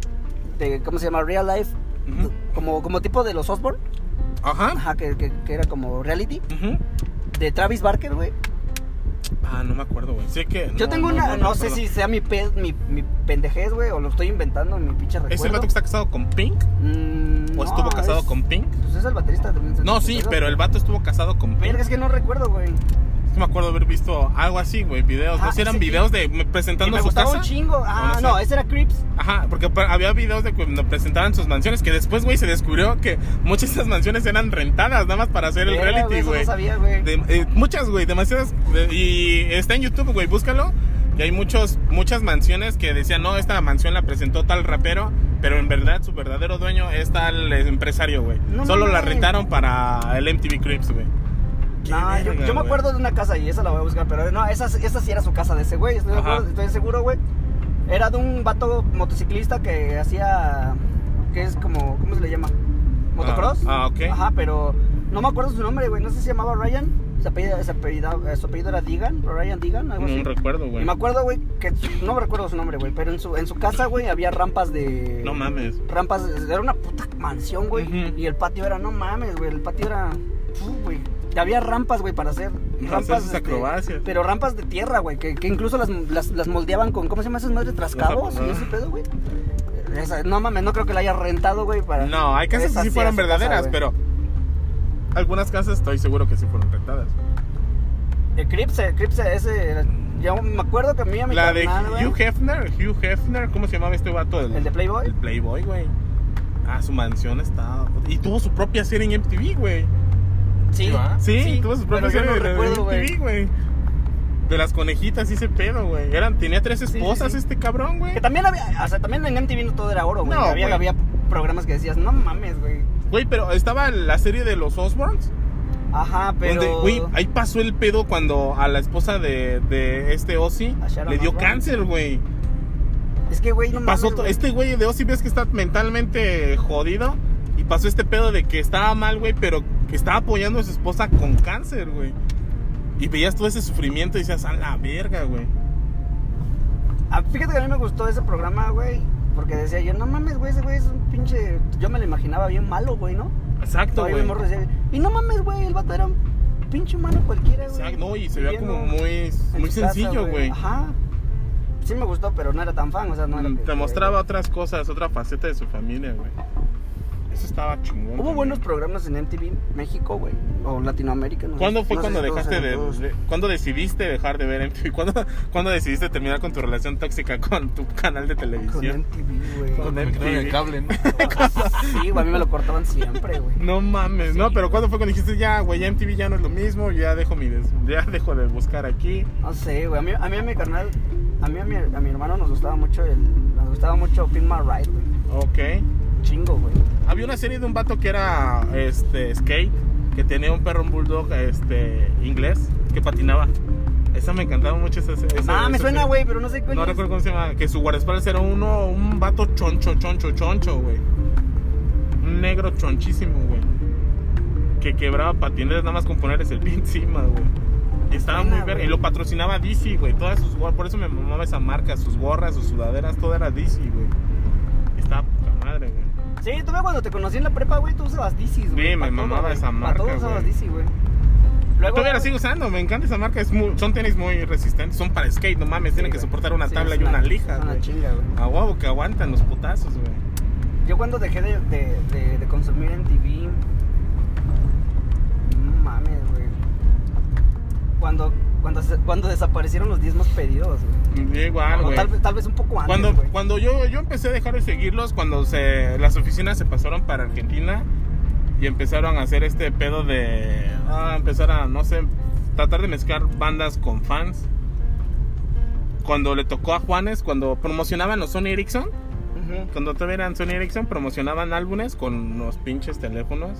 de, ¿cómo se llama? Real Life,
Ujú.
como, como tipo de los Osborne,
Ajá.
ajá, que, que- que era como reality,
Ujú.
de Travis Barker, güey.
Ah, no me acuerdo, güey. Sé que.
Yo tengo una, no,
me
sé
acuerdo.
si sea mi, pe- mi, mi pendejez, güey, o lo estoy inventando, mi pinche recuerdo.
¿Es el vato que está casado con Pink?
Mm,
¿O estuvo
no,
casado
es-
con Pink?
Pues es el baterista también.
No, sí, pero el vato estuvo casado con Pink.
Verga, es que no recuerdo, güey.
Es que me acuerdo haber visto algo así, güey, videos.
Ah,
no sé, eran
sí,
videos de
Y
presentando
me
su
gustaba
casa.
un chingo. Ah,
sé.
no, ese era Crips.
Ajá, porque pa- había videos de cuando presentaban sus mansiones que después, güey, se descubrió que muchas de esas mansiones eran rentadas nada más para hacer el
Verga,
reality,
eso
güey.
No sabía, güey.
De- eh, muchas, güey, demasiadas. de- y está en YouTube, güey, búscalo. Y hay muchos, muchas mansiones que decían, no, esta mansión la presentó tal rapero, pero en verdad su verdadero dueño es tal eh, empresario, güey.
No
Solo la
mames.
rentaron para el MTV Crips, güey. Qué
No, yo,
verga,
yo me
güey.
acuerdo de una casa y esa la voy a buscar, pero no, esa, esa sí era su casa de ese güey, estoy, de
Ajá.
acuerdo- estoy seguro, güey. Era de un vato motociclista que hacía, que es como, ¿cómo se le llama? ¿Motocross?
Ah, ah, ok.
Ajá, pero no me acuerdo su nombre, güey, no sé si se llamaba Ryan, su apellido, su apellido, eh, su apellido era Digan, Ryan Digan, algo
No
así.
recuerdo,
Y
güey.
me acuerdo, güey, que no me recuerdo su nombre, güey, pero en su, en su casa, güey, había rampas de...
No mames.
Rampas, era una puta mansión, güey.
Ujú.
Y el patio era, no mames, güey. El patio era. Uf, güey. Y Había rampas, güey, para hacer.
hacer
Rampas.
sus
este,
acrobacias.
pero rampas de tierra, güey. Que, que incluso las, las, las moldeaban con. ¿Cómo se llama esas madres? Trascabos.
Ajá.
No sé pedo, güey. Esa- no mames, no creo que la haya rentado, güey. Para...
No, hay casas que
Esa
sí
sí
fueron
era su casa,
verdaderas,
güey.
pero algunas casas estoy seguro que sí fueron rentadas.
Eclipse, Eclipse, ese. era- Yo me acuerdo que a mí a mi
La de
carnal, güey,
Hugh Hefner, Hugh Hefner, ¿cómo se llamaba este vato? El,
El de Playboy.
el Playboy, güey. Ah, su mansión está. Y tuvo su propia serie en MTV, güey.
Sí,
¿va?
Sí, tuvo su propia
pero yo
serie
no
de-
recuerdo,
de
güey.
MTV, güey. De las conejitas y ese pedo, güey. Eran, tenía tres
sí,
esposas
sí.
este cabrón, güey.
Que también había. O sea, también en MTV no todo era oro, güey.
No,
había,
güey.
había programas que decías, no mames, güey.
Güey, pero estaba la serie de los Osborns.
Ajá, pero.
Donde, güey, ahí pasó el pedo cuando a la esposa de, de este Ozzy
A Sharon
le dio
Osbourne.
cáncer, güey.
Es que, güey, no mames.
Pasó to-
güey.
este güey de Ozzy, ves que está mentalmente jodido. Y pasó este pedo de que estaba mal, güey, pero que estaba apoyando a su esposa con cáncer, güey. Y veías todo ese sufrimiento y decías, a la verga, güey.
Ah, fíjate que a mí me gustó ese programa, güey. Porque decía yo, no mames, güey, ese güey es un pinche. Yo me lo imaginaba bien malo, güey, ¿no?
Exacto,
Todavía
güey.
el morro decía, y no mames, güey, el vato era un pinche humano cualquiera, güey.
Exacto, no, y se veía como
viviendo
muy,
en
muy
su casa,
sencillo, güey.
Ajá. Sí me gustó, pero no era tan fan, o sea, no era.
Mm,
que-
Te mostraba otras cosas, otra faceta de su familia, güey. Eso estaba chingón.
Hubo
también.
buenos programas en MTV México, güey. O Latinoamérica, no sé.
¿Cuándo fue
No sé
cuando
si todos
dejaste
eran
de,
todos.
de- ¿Cuándo decidiste dejar de ver MTV? ¿Cuándo, cuándo decidiste terminar con tu relación tóxica con tu canal de
Con
televisión?
MTV, güey.
Con
Me quitaron
MTV.
el cable, ¿no?
Sí, güey, a mí me lo cortaban siempre, güey.
No mames, no,
Sí.
pero ¿cuándo fue cuando dijiste ya, güey, ya MTV ya no es lo mismo, ya dejo mi des- ya dejo de buscar aquí?
No sé, güey. A mí, a mí, a mi carnal, a mí, a mi, a mi hermano nos gustaba mucho el. Nos gustaba mucho Pin My Ride, güey.
Ok.
Chingo, güey.
Había una serie de un vato que era este skate, que tenía un perro un bulldog este inglés que patinaba. Esa me encantaba mucho esa esa-
Ah, me
esa
suena,
serie.
güey, pero no sé cuál
No
es.
recuerdo cómo se llama, que su guardaespaldas era uno, un vato choncho, choncho, choncho, güey. Un negro chonchísimo, güey. Que quebraba patinetas nada más con ponerles el pie encima, güey. Y estaba
Suena,
muy verga.
güey.
Y lo patrocinaba DC, güey. Todas sus gorras, por eso me mamaba esa marca, sus gorras, sus sudaderas, todo era DC, güey. Estaba poca madre, güey.
Sí, tú ves cuando te conocí en la prepa, güey, tú usabas DC's, güey.
Sí,
pa'
me
todo,
mamaba
güey.
esa
Pa'
marca,
todo usabas
güey.
DC, güey.
Todavía la sigo usando, me encanta esa marca. Es muy- son tenis muy resistentes, son para skate, no mames. tienen que soportar una tabla y una, lija,
Una
güey.
chinga, güey.
A huevo que aguantan los putazos, güey.
Yo cuando dejé de, de, de, de consumir MTV. No mames, güey. Cuando, cuando, se- cuando desaparecieron los diezmos pedidos, güey.
Yo Igual,
O
Ah, güey.
tal, vez- tal vez un poco antes.
Cuando,
güey.
cuando yo, yo empecé a dejar de seguirlos, cuando se, las oficinas se pasaron para Argentina y empezaron a hacer este pedo de ah, empezar a, no sé, tratar de mezclar bandas con fans. Cuando le tocó a Juanes, cuando promocionaban los Sony Ericsson,
Ujú.
cuando todavía eran Sony Ericsson, promocionaban álbumes con los pinches teléfonos.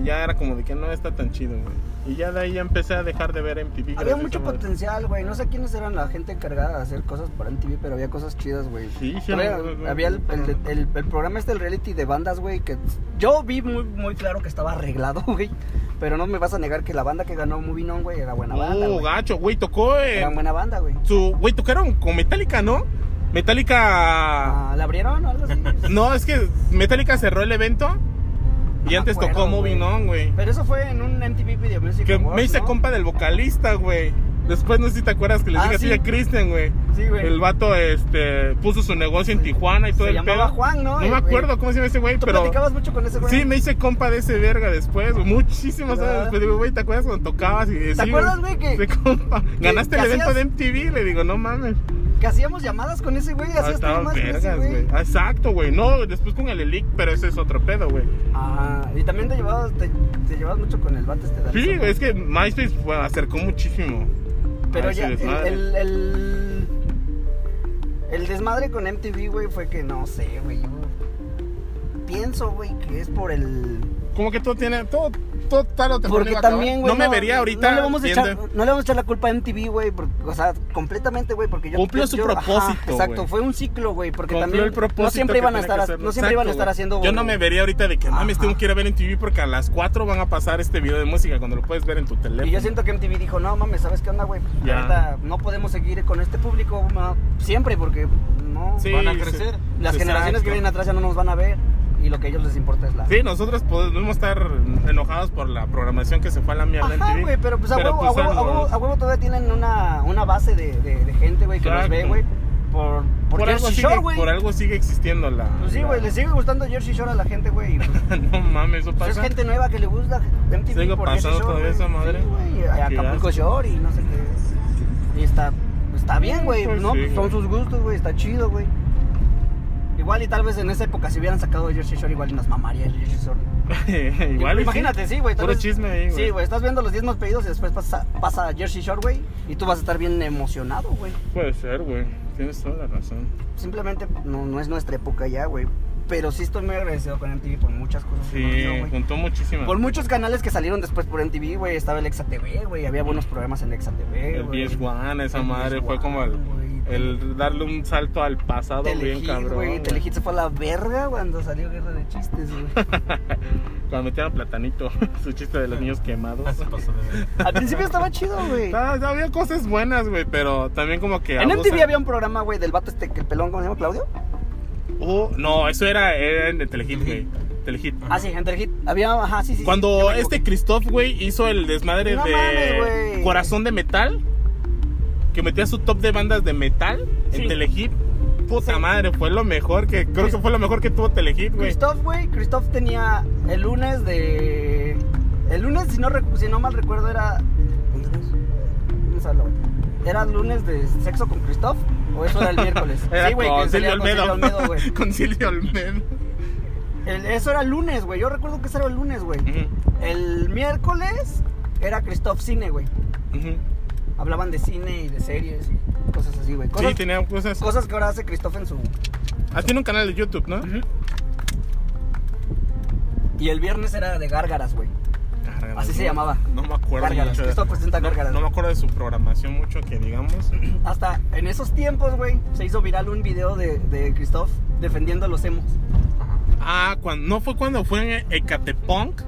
Y ya era como de que no está tan chido, güey. Y ya de ahí ya empecé a dejar de ver MTV.
Había
gracias a
mucho
madre.
potencial, güey. No sé quiénes eran la gente encargada de hacer cosas para MTV, pero había cosas chidas, güey.
Sí, sí,
Había,
no, no, no,
había el,
no, no.
el- el- el programa este, el reality de bandas, güey, que yo vi muy, muy claro que estaba arreglado, güey. Pero no me vas a negar que la banda que ganó Moving On, güey, era buena banda,
Uh,
güey.
gacho, güey, tocó
Era
en,
buena banda, güey.
su güey tocaron con Metallica, ¿no? Metallica
Ah, ¿La abrieron o algo así?
no, es que Metallica cerró el evento y
me
antes
acuerdo,
tocó Moving
güey.
On, güey.
Pero eso fue en un MTV Video Music
Que
Awards,
me hice
¿no?
compa del vocalista, güey. Después no sé si te acuerdas que le
Ah,
dije
sí.
así a Cristian, güey.
Sí, güey.
El vato este, puso su negocio en Tijuana y todo
Se
el
llamaba
pedo.
Juan, ¿no?
No me
Eh,
acuerdo
güey.
cómo se llama ese güey,
Tú
pero.
platicabas mucho con ese güey.
Sí, me hice compa de ese verga después, güey, muchísimas
¿Verdad?
años después. Digo, güey, ¿te acuerdas cuando tocabas? Y, ¿Te
acuerdas, güey, que-
compa. Ganaste
que
el evento
hacías-
de MTV, le digo, no mames.
Que hacíamos llamadas con ese güey,
Ah,
hacías
estaban
temas con ese
vergas,
güey.
güey. Ah, Exacto, güey. No, después con el Elic, pero ese es otro pedo, güey.
Ajá, Ah, y también te llevabas, te, te llevabas mucho con el vato este de
Sí,
Arizona.
es que MySpace fue- acercó muchísimo.
Pero
a ese
ya, el,
Ah, desmadre.
el, el- el desmadre con MTV, güey, fue que no sé, güey. yo Pienso, güey, que es por el.
Como que todo tiene. Todo, todo tarde o temprano
Porque
iba a acabar.
también, güey.
No, me vería ahorita.
No le vamos a, echar,
viendo-
no le vamos a echar la culpa a MTV, güey. por- O sea, completamente, güey. Porque yo.
Cumplió
yo-
su
yo- ajá,
propósito,
exacto,
güey.
fue un ciclo, güey. Porque
Cumplió
también.
el propósito
no siempre
que
iban
tenía
a
que
estar,
hacerlo.
no siempre iban
Exacto,
a estar
güey.
haciendo.
Yo no me vería ahorita de que mames,
Ajá.
tengo que ir a ver en TV porque a las 4 van a pasar este video de música cuando lo puedes ver en tu teléfono.
Y yo siento que MTV dijo, no mames, ¿sabes qué onda, güey? Pues,
Ya.
la neta, no podemos seguir con este público no, siempre porque no.
Sí,
van a
sí.
crecer.
Las
Exacto.
generaciones que vienen atrás ya no nos van a ver y lo que a ellos les importa es la.
Sí, nosotros podemos estar enojados por la programación que se fue a la mierda en
Ajá,
TV.
güey, pero pues a
Pero,
huevo,
pues,
a huevo, a
algo-
huevo- a huevo todavía tienen una, una base de, de- de gente, güey, que los
Exacto.
ve, güey. Por, por,
por, algo
Jersey
sigue,
Shore, güey.
por algo sigue existiendo la.
Pues sí,
la-
güey, le sigue gustando Jersey Shore a la gente, güey. y, Pues,
no mames, eso
pues, es
pasa.
gente nueva que le gusta MTV
Sigue
por
pasando
Jersey Shore,
todavía
güey.
esa madre.
Sí, güey, hay
Qué
Acapulco
asco.
Shore y no sé qué. Y está, está bien, güey,
Pues
¿no?
sí,
Pues son
güey.
sus gustos, güey, está chido, güey. Igual y tal vez en esa época si hubieran sacado Jersey Shore, igual y nos mamaría el Jersey Shore.
Igual. y sí.
Imagínate, sí, güey. tal
Puro
vez-
chisme ahí, güey.
Sí, güey, estás viendo los 10 más pedidos y después pasa, pasa a Jersey Shore, güey. Y tú vas a estar bien emocionado, güey.
Puede ser, güey. Tienes toda la razón.
Simplemente no, no es nuestra época ya, güey. Pero sí estoy muy agradecido con MTV por muchas cosas. que
Sí,
nos dio, güey.
juntó muchísimas.
Por muchos canales que salieron después por MTV, güey. Estaba el Exa TV, güey. Había buenos programas en Exa TV,
El
güey.
VH1, esa
El
madre, fue
VH1,
como el,
güey.
el darle un salto al pasado bien
Telehit,
cabrón.
güey.
güey.
Telehit se fue a la verga cuando salió Guerra de Chistes, güey.
Cuando metieron a Platanito, su chiste de los niños quemados.
Se pasó de ver.
Al principio estaba chido, güey.
Ah, Había cosas buenas, güey, pero también como que.
En
abusan-
MTV había un programa, güey, del vato este, que el pelón, ¿cómo se llama? ¿Claudio?
Oh, no, eso era, era en el Telehit, güey. Telehit.
Ah, sí, en Telehit. Había, ajá, sí, sí. sí, ya
Cuando
me
este
equivoqué.
Christoph, güey, hizo el desmadre
No
de
mames, güey.
Corazón de Metal, que metía su top de bandas de metal
Sí.
en Telehit. Puta
Sí.
madre, fue lo mejor que. Creo que fue lo mejor que tuvo Telehit, güey.
Christoph, güey, Christoph tenía el lunes de... El lunes, si no, recu- si no mal recuerdo, era... Vamos a verlo, güey. ¿Era el lunes de sexo con Christoph? ¿O eso era el miércoles?
Era
sí, güey, que
con
salía
Silvio
con Silvio
Olmedo.
Olmedo, güey.
con Silvio Olmedo.
El- Eso era el lunes, güey. Yo recuerdo que eso era el lunes, güey. El miércoles era Christoph Cine, güey.
Ujú.
Hablaban de cine y de series y cosas así, güey. Cosas,
Sí, tenía cosas.
cosas que ahora hace Christoph en su...
Ah, tiene un canal de YouTube, ¿no?
Y el viernes era de Gárgaras, güey.
Gárgaras,
Así se
no-
llamaba.
No me acuerdo.
Gárgaras.
mucho de-
Esto presenta Gárgaras.
No me acuerdo de su programación mucho que digamos.
Hasta en esos tiempos, güey, se hizo viral un video de, de Christoph defendiendo a los emos.
Ah, cuando, no fue cuando fue en Ecatepunk.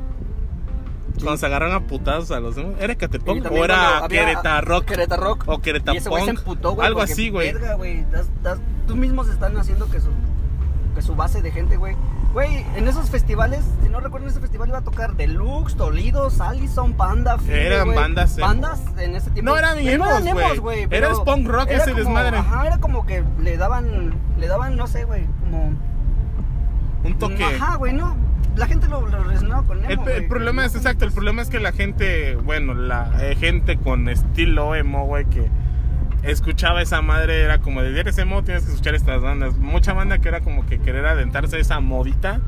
Cuando se agarraron a putazos a los demás. ¿Era
Y
Ecatepunk
también
o era
cuando había-
Querétarrock?
Querétarock.
O Querétapunk.
Y ese güey se emputó, güey.
Algo
porque,
así, güey.
verga, das- das- Tú mismos están haciendo que su, que su base de gente, güey. Güey, en esos festivales, si no recuerdo, en ese festival iba a tocar Deluxe, Tolidos, Allison, Panda, Fide,
Eran
güey.
bandas emo.
Bandas en ese tiempo.
No eran
Pero
emos,
eran
güey. Era
pero
el punk rock
era
ese
como-
desmadre.
Ajá, era como que le daban, le daban, no sé, güey, como...
Un toque.
Ajá, güey, no. La gente lo, lo relacionaba con emo,
El, el
güey.
problema es, exacto, el problema es que la gente, bueno, la eh, gente con estilo emo, güey, que escuchaba esa madre, era como de, eres emo, tienes que escuchar estas bandas. Mucha banda que era como que querer adentrarse a esa modita,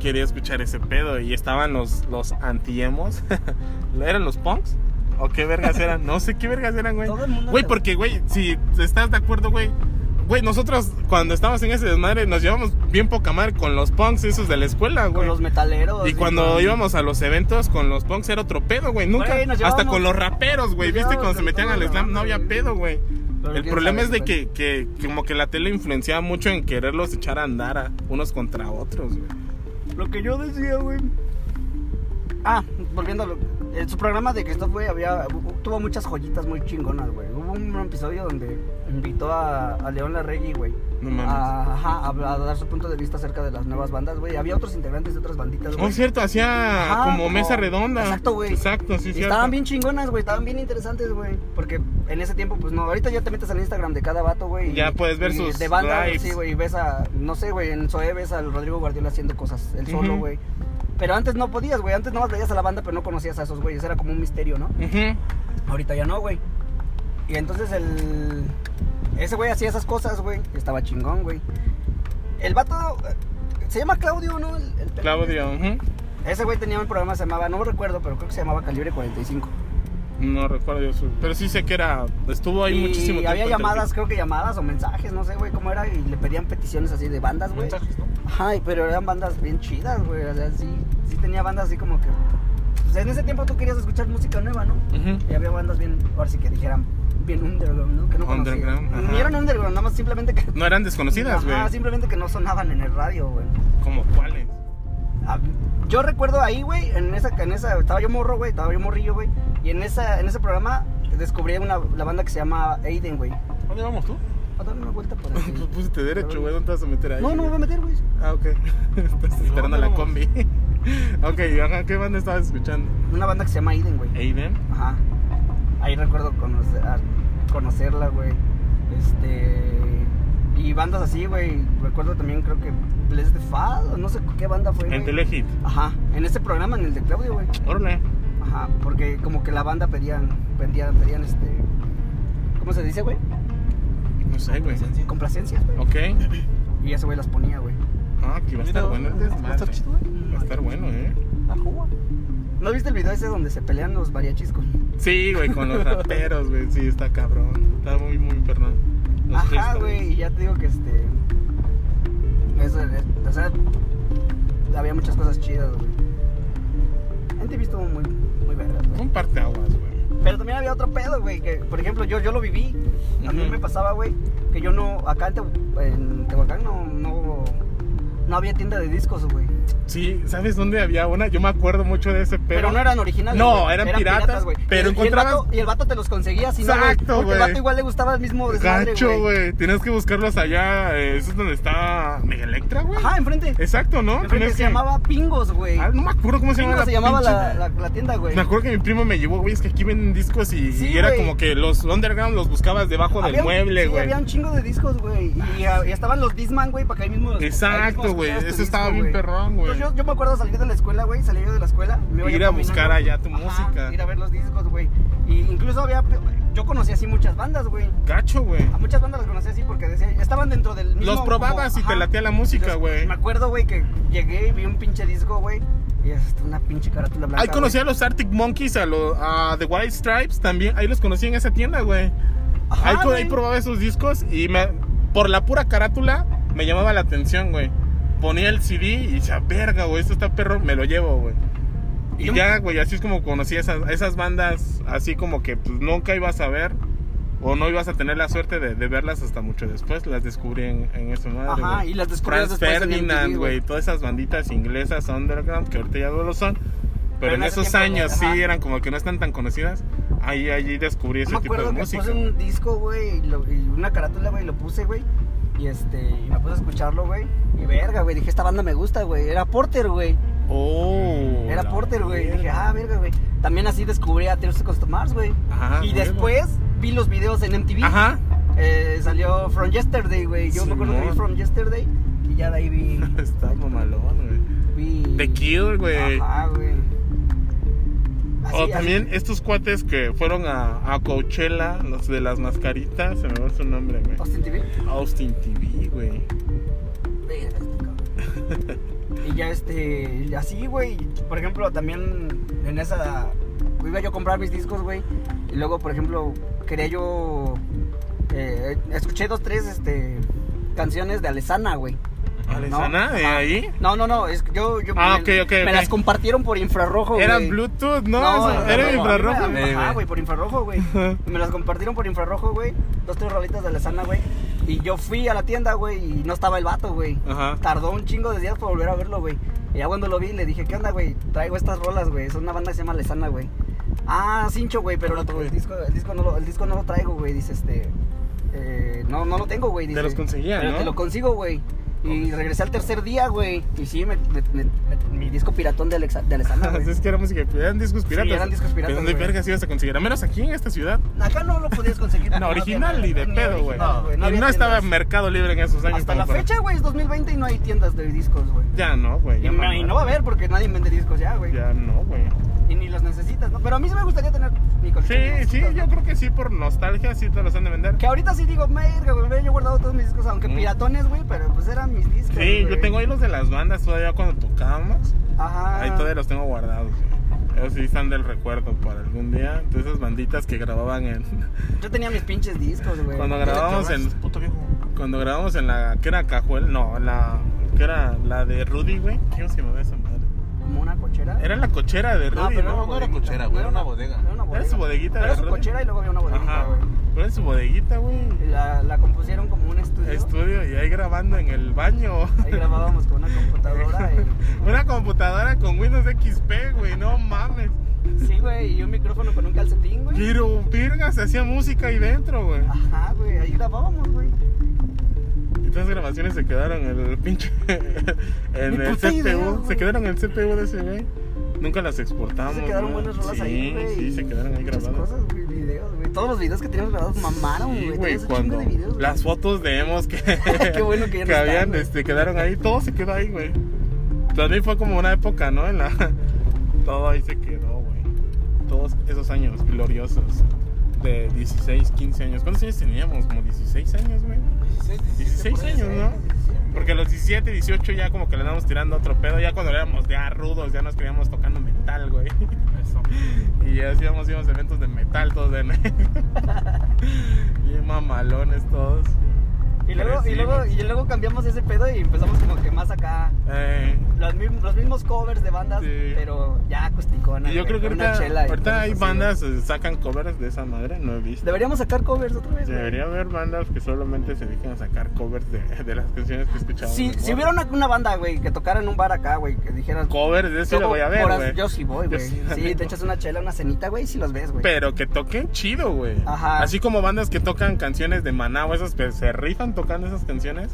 quería escuchar ese pedo. Y estaban los, los anti-emos, ¿eran los punks? ¿O qué vergas eran? No sé qué vergas eran, güey.
Todo el mundo
Güey,
te-
porque, güey, si estás de acuerdo, güey. Güey, nosotros cuando estábamos en ese desmadre nos llevamos bien poca madre con los punks esos de la escuela, güey.
Con los metaleros.
Y cuando
con-
íbamos a los eventos con los punks era otro pedo, güey. Nunca.
Güey, nos
hasta
llevábamos-
con los raperos, güey.
nos
Viste cuando
llevábamos
se metían
con
al
todos,
slam no
¿no?
había pedo, güey.
Pero
El
quién
problema es
sabe,
de que, que como que la tele influenciaba mucho en quererlos echar a andar a unos contra otros, güey.
Lo que yo decía, güey. Ah, volviendo a lo- en su programa de Christoph, güey, había, tuvo muchas joyitas muy chingonas, güey. Hubo un episodio donde invitó a, a León Larregui, güey.
No mames.
A, ajá, a, a dar su punto de vista acerca de las nuevas bandas, güey. Había otros integrantes de otras banditas,
No
güey.
es Oh, cierto, hacía
Ajá,
como
como-
mesa redonda.
Exacto, güey.
Exacto, sí,
Y
cierto.
estaban bien chingonas, güey. Estaban bien interesantes, güey. Porque en ese tiempo, pues no. Ahorita ya te metes al Instagram de cada vato, güey. y-
Ya puedes ver
y
sus
De banda,
lives.
sí, güey. y Ves a. No sé, güey. En Zoe ves al Rodrigo Guardiola haciendo cosas. Él solo,
Ujú.
güey. Pero antes no podías, güey. Antes nomás veías a la banda, pero no conocías a esos güeyes. Era como un misterio, ¿no?
Ujú.
Ahorita ya no, güey. Y entonces el. Ese güey hacía esas cosas, güey. Estaba chingón, güey. El vato. eh, Se llama Claudio, ¿no? El- el-
Claudio, ujú.
Ese güey tenía un programa que se llamaba, no recuerdo, pero creo que se llamaba Calibre 45.
No recuerdo yo su. Pero sí sé que era. Estuvo ahí
y
muchísimo tiempo.
había
entre-
llamadas, creo que llamadas o mensajes, no sé, güey, cómo era. Y le pedían peticiones así de bandas, güey.
Mensajes, ¿no?
Ay, pero eran bandas bien chidas, güey. O sea, sí, sí tenía bandas así como que. Pues en ese tiempo tú querías escuchar música nueva, ¿no?
Ujú.
Y había bandas bien, ahora sí que dijeran, bien underground, ¿no? Que no conocías.
Underground, ajá.
Ni eran underground, nada más simplemente que.
No eran desconocidas, güey.
Ajá, simplemente que no sonaban en el radio, güey.
Como cuáles.
Ah, Yo recuerdo ahí, güey, en esa, en esa, estaba yo morro, güey, estaba yo morrillo, güey, y en esa, en ese programa descubrí una, la banda que se llama Aiden, güey.
¿Dónde vamos tú?
A darme una vuelta por aquí.
Tú pusiste Pues derecho, güey. ¿Dónde te vas a meter ahí?
No, no me voy a meter, güey.
Ah, ok. Estás esperando la
vamos.
combi. ok, ajá, ¿qué banda estabas escuchando?
Una banda que se llama Aiden, güey.
Aiden.
Ajá. Ahí recuerdo conocer, a- conocerla, güey. Este. Y bandas así, güey. Recuerdo también, creo que Bless the Fall, o no sé qué banda fue.
En
güey.
Telehit.
Ajá, en ese programa, en el de Claudio, güey.
Órale.
Ajá, porque como que la banda pedían, pedían, pedían este. ¿Cómo se dice, güey?
No sé, güey.
Complacencias, güey.
Ok.
Y ese güey las ponía, güey.
Ah, que va a estar bueno el
Va a estar
desmadre.
chido, güey.
Va a estar bueno, eh.
La jugo.
¿No viste el video ese donde se pelean los mariachis con.?
Sí, güey, con los raperos, güey. Sí, está cabrón. Está muy, muy perdón. Los
Ajá,
freestyles.
güey, y ya te digo que este. Eso, es- o sea, había muchas cosas chidas, güey. MTV estuvo muy, muy verga,
Fue
güey.
un parteaguas, güey.
Pero también había otro pedo, güey, que por ejemplo yo, yo lo viví. A mí
Ujú.
me pasaba, güey, que yo no. Acá en, Tehu- en Tehuacán no, no. No había tienda de discos, güey.
Sí, ¿sabes dónde había una? Yo me acuerdo mucho de ese
Pero,
pero.
no eran originales.
No,
güey.
eran piratas,
güey.
pero
y, el-
encontrabas-
Y el, vato, y el vato te los conseguía, si no, güey,
Exacto,
Porque
güey.
el vato igual le gustaba el mismo desmadre,
Gacho, güey. Tienes que buscarlos allá. eh, Eso es donde está Mega Electra, güey.
Ajá, enfrente.
Exacto, ¿no?
enfrente
Tenías
se
que-
llamaba Pingos, güey.
Ah, no me acuerdo cómo se llamaba la
Pingos se llamaba
pinche-
la, la- la tienda, güey.
Me acuerdo que mi primo me llevó, güey, es que aquí venden discos y,
Sí,
y era
güey.
como que los underground los buscabas debajo
Había
del
un-
mueble,
sí,
güey.
había un chingo de discos, güey. Y, y estaban los Disman, güey, para que ahí mismo. ahí mismo
Exacto, güey.
escogieras tu
Eso
disco,
estaba bien
güey.
perrón, güey.
Entonces, yo, yo me acuerdo salir de la escuela, güey, salir yo de la escuela. me iba
Ir
yo
a
caminando.
buscar allá tu música.
Ir a ver los discos, güey. Y incluso había. Yo conocí así muchas bandas, güey.
Gacho, güey.
A muchas bandas las conocí así porque decía, estaban dentro del mismo.
Los probabas
como-
y te
ajá.
latía la música,
Los-
güey.
Me acuerdo, güey, que llegué y vi un pinche disco, güey. Y hasta una pinche carátula blanca.
Ahí conocí
güey.
a los Arctic Monkeys, a, lo- a The White Stripes también. Ahí los conocí en esa tienda, güey.
Ajá,
Ahí, co- ahí
Ah, güey.
probaba esos discos y me, por la pura carátula me llamaba la atención, güey. Ponía el CD y decía, verga, güey, esto está perro, me lo llevo, güey.
Y
Y
yo me-
ya, güey, así es como conocí esas, esas bandas, así como que pues, nunca ibas a ver o no ibas a tener la suerte de, de verlas hasta mucho después. Las descubrí en, en esa madre.
Ajá,
güey.
y las descubrías
Franz
después en
Ferdinand,
MTV,
güey,
güey.
todas esas banditas inglesas underground que ahorita ya no lo son. Pero, en,
ese
esos
tiempo,
años
ajá.
sí eran como que no están tan conocidas. Ahí, allí descubrí ese
me
tipo de
acuerdo que
música.
puse
güey.
un disco, güey, y, lo- y una carátula, güey, y lo puse, güey. Y este, y me puse a escucharlo, güey. Y verga, güey, dije, esta banda me gusta, güey. Era Porter, güey.
Oh.
Era
la
Porter, güey.
mierda.
Dije, ah, verga, güey. También así descubrí a Tears of Mars, güey.
Ajá,
y
Ah, huevo.
después vi los videos en MTV.
Ajá.
Eh, salió From Yesterday, güey. Yo me acuerdo que vi
Simón.
From Yesterday. Y ya de ahí vi.
Está mamalón,
vi...
güey. The Cure, güey.
Ajá, güey. Así,
O
así.
también estos cuates que fueron a, a Coachella, los de las mascaritas, se me va su nombre, güey.
Austin TV.
Austin TV, güey.
Verga, este cabrón. Y ya este, así, güey. Por ejemplo, también en esa. Iba yo a comprar mis discos, güey. Y luego, por ejemplo, quería yo. eh, escuché dos, tres este, canciones de Alesana, güey.
¿Alesana? ¿De
Ah,
ahí?
No, no, no. es- yo, yo
Ah,
me,
ok, ok,
me
ok.
las compartieron por infrarrojo,
Eran
güey.
Bluetooth, ¿no? Era
infrarrojo.
infrarrojo.
a mí me- Ajá, güey, por infrarrojo, güey. Y me las compartieron por infrarrojo, güey. Dos, tres rolitas de Alesana, güey. Y yo fui a la tienda, güey, y no estaba el vato, güey.
Ajá.
Tardó un chingo de días por volver a verlo, güey. Y ya cuando lo vi, le dije, ¿qué onda, güey? Traigo estas rolas, güey. Es una banda que se llama Lesana, güey. Ah, cincho, güey, pero
¿Cuál otro,
el,
güey?
disco, el, disco no lo, el disco no lo traigo, güey, dice este. eh, no, no lo tengo, güey.
Te
dice.
los conseguían,
Pero
¿no?
Te lo consigo, güey. Y regresé al tercer día, güey. Y sí, me- me- me- me- mi disco piratón de, Alexa, de Alessandra, güey.
Es que era música, eran discos piratas.
eran discos piratas,
¿Pero dónde
güey.
vergas ibas a conseguir? A menos aquí en esta ciudad.
Acá no lo podías conseguir.
No, original ni de pedo, güey.
No,
Y no,
había
estaba en
tiendas.
Mercado Libre en esos años.
Hasta la
como para-
fecha, güey, es 2020 y no hay tiendas de discos, güey.
Ya no, güey.
Y,
ya
no- y no va a haber porque nadie vende discos ya, güey.
Ya no, güey.
Y ni los necesitas, ¿no? Pero a mí sí me gustaría tener mi colección. de
Sí, sí,
discos,
yo
¿no?
creo que sí, por nostalgia, sí te los han de vender.
Que ahorita sí digo, merga, güey, ve, yo he guardado todos mis discos, aunque
Mm.
piratones, güey, pero pues eran mis discos.
Sí, yo
güey.
tengo ahí los de las bandas todavía cuando tocábamos.
Ajá.
Ahí todavía los tengo guardados, güey. Ellos sí están del recuerdo para algún día. De esas banditas que grababan en.
Yo tenía mis pinches discos, güey.
Cuando grabábamos en.
Puto viejo.
Cuando grabamos en la. ¿Qué era Cajuel? No, la. ¿Qué era? La de Rudy, güey. ¿Qué se llamaba esa madre?
Como una cochera.
Era la cochera de Rudy,
Ah, pero
¿no?
no era cochera, güey, era una bodega.
Era una bodega.
Era su bodeguita
Era
de
su
Rudy.
cochera y luego había una bodeguita,
Ajá.
güey.
Pero en su bodeguita, güey.
Y La, la compusieron como un estudio.
Estudio y ahí grabando en el baño.
Ahí grabábamos con una computadora. y-
Una computadora con Windows XP, güey, no mames.
Sí, güey, y un micrófono con un calcetín, güey.
Pero Virga se hacía música ahí dentro, güey.
Ajá, güey, ahí grabábamos, güey.
Y todas las grabaciones se quedaron en el pinche. en
Ni
el
puta
CPU.
idea, güey.
se quedaron en el CPU de ese, güey. Nunca las exportamos.
Se quedaron
güey.
buenas rolas
sí,
ahí, güey.
Sí,
y
se quedaron ahí
muchas
grabadas.
cosas, güey, videos, güey. Todos los videos que teníamos grabados mamaron,
Sí,
güey.
güey,
Teníamos un chingo
cuando
de videos, güey.
las fotos de emos que,
Qué bueno que ya no están,
habían
güey.
este, quedaron ahí, todo se quedó ahí, güey. También fue como una época, ¿no? En la, todo ahí se quedó, güey. Todos esos años gloriosos de 16, 15 años. ¿Cuántos años teníamos? Como 16 años, güey.
16,
16 años, ¿no? Porque a los 17, 18 ya como que le andábamos tirando otro pedo. Ya cuando éramos ya rudos, ya nos creíamos tocando metal, güey. Y ya hacíamos íbamos a eventos de metal todos de Bien mamalones todos.
Y luego, y, luego, y luego cambiamos ese pedo y empezamos como que más acá.
Eh,
Los mismos, los mismos covers de bandas,
Sí.
pero ya acústicona.
y yo creo que ahorita, ahorita hay bandas que sacan covers de esa madre, no he visto.
Deberíamos sacar covers otra vez. güey.
Debería haber bandas que solamente se dedican a sacar covers de, de las canciones que escuchamos.
Si,
de
si
morro.
hubiera una, una banda, güey, que tocara en un bar acá, güey, que dijeras.
covers de eso
"Yo
lo voy a ver,
moras-
güey.
Yo sí voy,
Yo
güey.
sí, la
Sí,
neta.
te echas una chela, una cenita, güey, si los ves, güey.
Pero que toquen chido, güey.
Ajá.
Así como bandas que tocan canciones de Maná o esas que se rifan tocando esas canciones.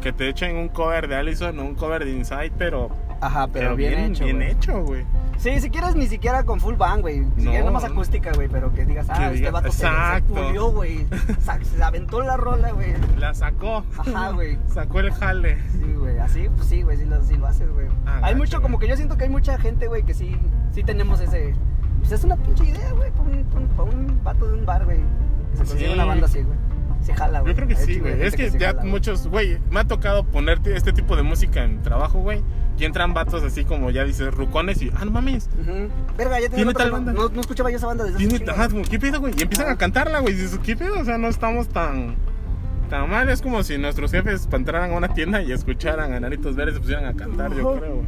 Que te echen un cover de Allison o un cover de Inside, pero,
Ajá, pero, bien, hecho.
Bien
güey.
hecho, güey.
Sí, si quieres ni siquiera con full band, güey. Si
No.
quieres nomás acústica, güey, pero que digas, ah,
Que
este
diga-
vato se, se
Exacto.
pulió, güey. Sa- Se aventó la rola, güey.
La sacó.
Ajá, güey.
Sacó el jale.
Sí, güey, así, pues sí, güey, sí lo, sí lo haces, güey.
Ah,
hay
gacho,
mucho, como
güey.
que yo siento que hay mucha gente, güey, que sí, sí tenemos ese... Pues es una pinche idea, güey, para un, pa' un- pa' un vato de un bar, güey. Que se
Sí.
consigue una banda así, güey. Se jala, güey.
Yo creo que
Hay un
sí,
chingo de
güey. Es
gente
que
se
ya
jala, güey.
muchos, güey, me ha tocado ponerte este tipo de música en trabajo, güey. Y entran vatos así como ya dices, rucones y, ah, no mames.
Ujú. Verga, ya
Tiene
tenía
tal
rato que no-
banda.
No, no escuchaba yo esa banda desde hace
Tiene,
un chingo,
ajá,
güey.
como, ¿qué pedo, güey? Y empiezan a cantarla, güey. Y dices, ¿qué pedo? O sea, no estamos tan, tan mal. Es como si nuestros jefes entraran a una tienda y escucharan a Naritos Verdes y se pusieran a cantar, yo
Ajá.
creo, güey.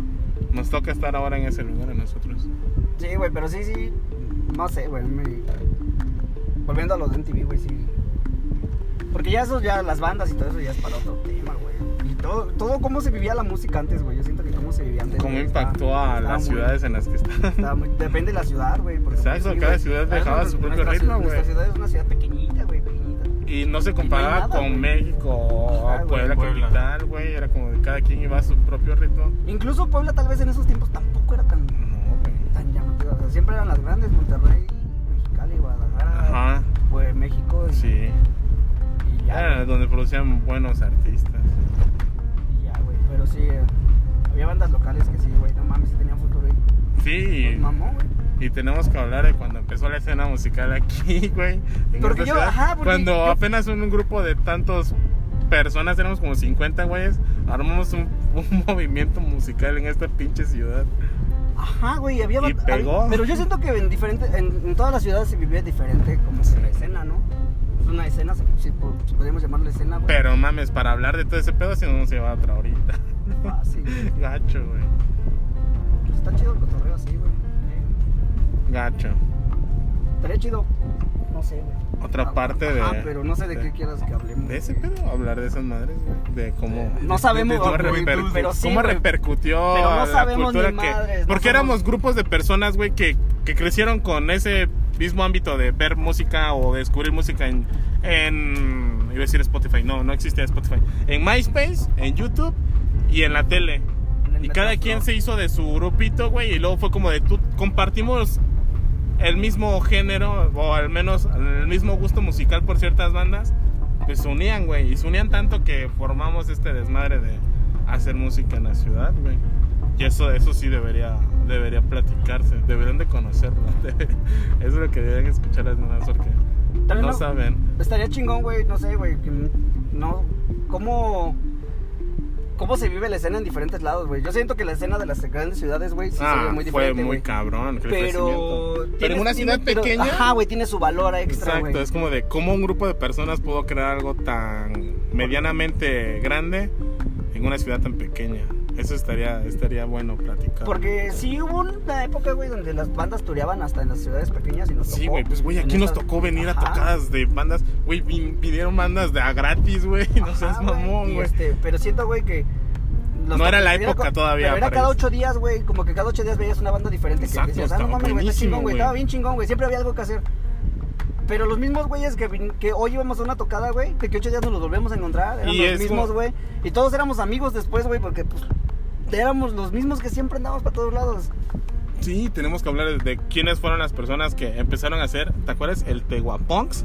Nos toca estar ahora en ese lugar a nosotros.
Sí, güey, pero sí, sí. No sé, güey. me- Volviendo a los de MTV, güey, sí. Porque ya eso, ya las bandas y todo eso ya es para otro tema, güey. Y todo, todo cómo se vivía la música antes, güey. Yo siento que cómo se vivía antes.
¿Cómo
güey, estaba-
impactó a
estaba
las
muy-
ciudades en las que están?
estaba muy- depende de la ciudad, güey. porque,
Exacto,
pues, sí,
cada
güey,
ciudad
la-
dejaba su propio
nuestra
ritmo,
ciudad- Nuestra
güey.
ciudad es una ciudad pequeñita, güey, pequeñita.
Y no se
No hay
comparaba
nada,
con
güey.
México o
Ajá, güey.
Puebla,
Puebla.
capital, güey. Era como de cada quien iba a su propio ritmo.
Incluso Puebla tal vez en esos tiempos tampoco era tan,
No, güey.
tan llamativa. O sea, siempre eran las grandes, Monterrey, Mexicali, Guadalajara,
Ajá,
güey, México y,
sí.
y Pues, ya.
Era donde producían buenos artistas.
Y ya, güey. Pero sí, eh, había bandas locales que sí, güey. No mames, sí tenían futuro. Y
Sí,
pues mamó, güey.
y tenemos que hablar de cuando empezó la escena musical aquí, güey. en
Porque
esta
yo-
ciudad.
ajá, porque
Cuando
yo-
apenas un, un grupo de tantos personas, éramos como 50 güeyes, armamos un, un movimiento musical en esta pinche ciudad.
Ajá, güey. Había
Y
ban-
pegó.
había- pero yo siento que en, diferente, en, en todas las ciudades se vivía diferente como que la escena, ¿no? Es una escena, si, si po- si podríamos llamarla escena, güey.
Pero mames, para hablar de todo ese pedo, si no nos lleva a otra horita.
Ah, sí, güey.
Gacho, güey.
Pues está chido el cotorreo así, güey. Eh,
Gacho.
Estaría chido. No sé, güey.
Otra parte de.
Ah, pero no sé de
de-
qué quieras que hablemos.
De ese
güey.
pedo, hablar de esas madres, güey. De cómo.
No sabemos,
de cómo,
güey,
reper-
pero sí,
cómo
güey.
repercutió
Pero no
a la
sabemos
cultura
ni
que.
madres, no
porque
somos-
éramos grupos de personas, güey, que que crecieron con ese mismo ámbito de ver música o descubrir música en, en iba a decir Spotify, no, no existía Spotify, en MySpace, en YouTube y en la tele.
En el
Y cada
Metasflow.
quien se hizo de su grupito, güey, y luego fue como de tú compartimos el mismo género o al menos el mismo gusto musical por ciertas bandas, pues se unían, güey, y se unían tanto que formamos este desmadre de hacer música en la ciudad, güey. Y eso, eso sí debería, debería platicarse, deberían de conocerlo. Eso es lo que deberían escuchar las nenas porque
También
no
lo-
saben.
Estaría chingón, güey, no sé, güey, que no cómo cómo se vive la escena en diferentes lados, güey. Yo siento que la escena de las grandes ciudades, güey, sí se
ah,
vive muy diferente,
fue muy
güey.
cabrón. el crecimiento.
Pero
pero en
tienes-
una ciudad
tiene- pero-
pequeña.
ajá, güey, tiene su valor extra,
Exacto,
güey.
es como de cómo un grupo de personas pudo crear algo tan medianamente grande en una ciudad tan pequeña. Eso estaría, estaría bueno platicar.
Porque sí hubo una época, güey, donde las bandas tureaban hasta en las ciudades pequeñas y nos tocó.
Sí, güey, pues güey,
en
aquí nos
esas-
tocó venir a
Ajá.
tocadas de bandas. Güey, vin- vinieron bandas de a gratis, güey. No
Ajá,
seas
y
mamón, güey.
este, pero siento, güey, que. los
No era
toques-
la época
co-
todavía
Pero era
para
cada
eso.
ocho días, güey. Como que cada ocho días veías una banda diferente.
Exacto,
que decías, ah, no
estaba
mames, güey, está
buenísimo,
chingón, güey.
güey.
Estaba bien chingón, güey. Siempre había algo que hacer. Pero los mismos güeyes que, vin- que hoy íbamos a una tocada, güey, de que ocho días nos los volvemos a encontrar. Eran
Y
los
es
mismos,
como-
güey. Y todos éramos amigos después, güey, porque pues. Éramos los mismos que siempre andábamos para todos lados.
Sí, tenemos que hablar de quiénes fueron las personas que empezaron a hacer, ¿te acuerdas? El Tehuaponks.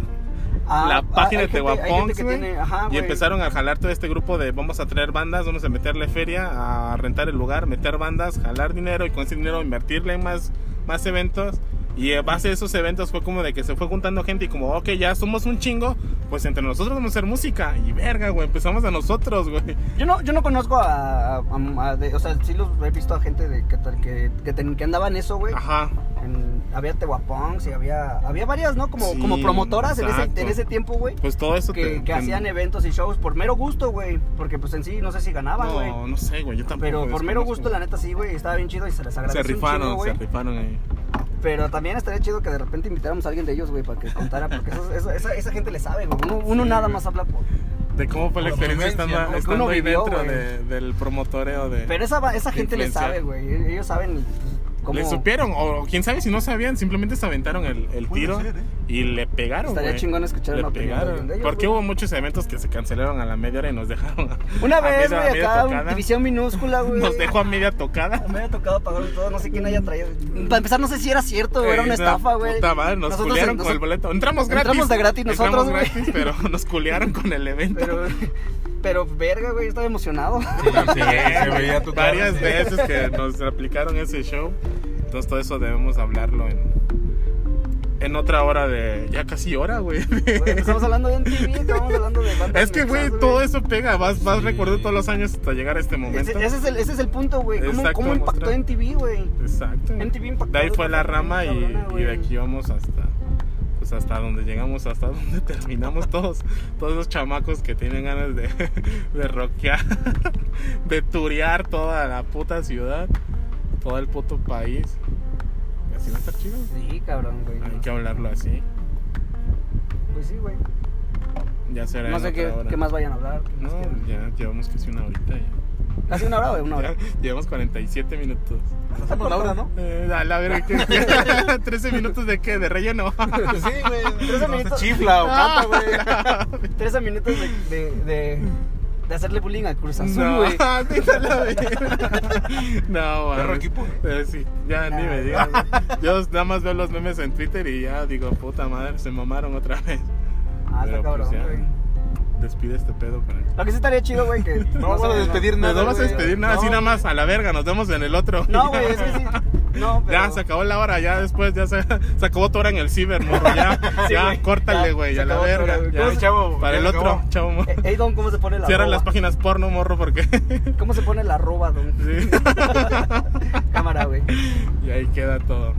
Ah,
la
ah,
página
hay
de
gente- hay gente
Tehuaponks,
que
güey.
tiene- ajá,
Y
güey.
empezaron a jalar todo este grupo de vamos a traer bandas, vamos a meterle feria, a rentar el lugar, meter bandas, jalar dinero y con ese dinero invertirle en más, más eventos. Y en base a esos eventos fue como de que se fue juntando gente y como, ok, ya somos un chingo, pues entre nosotros vamos a hacer música. Y verga, güey, empezamos a nosotros, güey.
Yo no, yo no conozco a, a- a- de- o sea, sí los he visto a gente de que, tal- que, que, ten- que andaba en eso, güey.
Ajá.
En- había Tehuapongs y había, había varias, ¿no? Como,
Sí,
como promotoras en ese,
exacto.
en ese tiempo, güey.
Pues todo eso
Que,
te-
que
te-
hacían eventos y shows por mero gusto, güey. Porque pues en sí no sé si ganaban, güey.
No, no sé, güey, yo tampoco.
pero por mero
desconozco.
gusto, la neta, sí, güey. Estaba bien chido y se les
Se
agradece un chingo,
rifaron,
güey.
se rifaron ahí.
Pero también estaría chido que de repente invitáramos a alguien de ellos, güey, para que contara. Porque eso- eso- esa, esa gente le sabe, güey. Uno, uno
Sí,
nada
güey.
más habla por...
De cómo fue la
Por
experiencia estando,
vivencia, ¿no? Lo
que
estando
uno
ahí
vivió,
dentro
güey.
de- del promotoreo de...
Pero esa, va- esa
de
gente le
influenciar.
sabe, güey. Ellos saben pues, cómo...
Le supieron, o quién sabe si no sabían, simplemente se aventaron el, el
Puede
tiro
ser, ¿eh?
y le pegaron.
Estaría
güey.
chingón escuchar
Le
una opinión de
pegaron.
alguien de ellos,
Porque
güey.
hubo muchos eventos que se cancelaron a la media hora y nos dejaron. a-
Una
a
vez,
media- a
güey,
media
acá
tocada.
división minúscula, güey.
Nos dejó a media tocada.
Me había tocado pagar todo, no sé quién haya traído. Para empezar, no sé si era cierto, güey, era una
Esa
estafa, güey.
Puta madre, nos
Nosotros-
culearon
noso-
con el boleto. Entramos gratis.
Entramos de gratis nosotros,
Entramos
güey.
gratis, pero nos culearon con el evento.
Pero, pero verga, güey, estaba emocionado.
Sí, se veía tu cara.
Varias veces que nos aplicaron ese show. Entonces todo eso debemos hablarlo en, en otra hora de... Ya casi hora, güey.
Güey, estamos hablando de MTV, estamos hablando de bandas
Es que, güey,
mixtas,
todo
güey.
eso pega. Vas, vas
Sí.
recordando todos los años hasta llegar a este momento.
Ese, ese es el, ese es el punto, güey. ¿Cómo,
Exacto,
¿Cómo impactó
mostrar.
MTV, güey?
Exacto.
MTV impactó
De ahí
de
fue
una
la
forma
rama
muy
y,
cabrona,
y de
güey.
aquí vamos hasta. Pues hasta donde llegamos, hasta donde terminamos todos, todos los chamacos que tienen ganas de, de rockear, de turear toda la puta ciudad, todo el puto país. Y Así va a estar chido.
Sí, cabrón, güey.
Hay que hablarlo así.
Pues sí, güey.
Ya será.
No
en
sé
otra
qué,
hora.
qué más vayan a hablar. qué
No,
más quieran.
ya llevamos casi una horita. ya.
Casi una hora, güey, una hora.
Ya llevamos 47 minutos.
Hacemos la hora, ¿no?
Eh, a la verga, ¿qué? ¿13 minutos de qué? ¿De relleno?
Pues sí, güey.
Tres
No se
amiguitos.
chifla o canta, güey.
13 minutos de, de, de, de hacerle bullying a Cruz Azul,
no,
güey.
vete a la verga. No, mames.
Perro equipo, ¿eh?
Eh, sí, ya ni
Nah,
me digas. Yo nada más veo los memes en Twitter y ya digo, puta madre, se mamaron otra vez.
Ah, está
Pero,
cabrón,
pues, ya.
güey.
Despide este pedo para
Lo que sí estaría chido, güey, que...
No vamos a despedir
No
nada.
vamos a
güey.
despedir nada, así
No.
nada más a la verga, nos vemos en el otro.
No, güey, es que sí. No, pero...
Ya se acabó la hora, ya después ya se, se acabó tu hora en el ciber, morro. Ya,
Sí,
ya,
güey,
córtale,
ya,
güey,
se
a la
acabó tu hora,
verga.
güey. Pues,
ya.
¿Cómo
se- chavo,
Para
ya
el
se
otro,
acabó.
chavo. morro.
Eh, Ey, Don, ¿cómo se pone la
Cierra
arroba?
las páginas porno, morro, porque.
¿Cómo se pone la arroba, Don?
sí.
Cámara, güey.
Y ahí queda todo.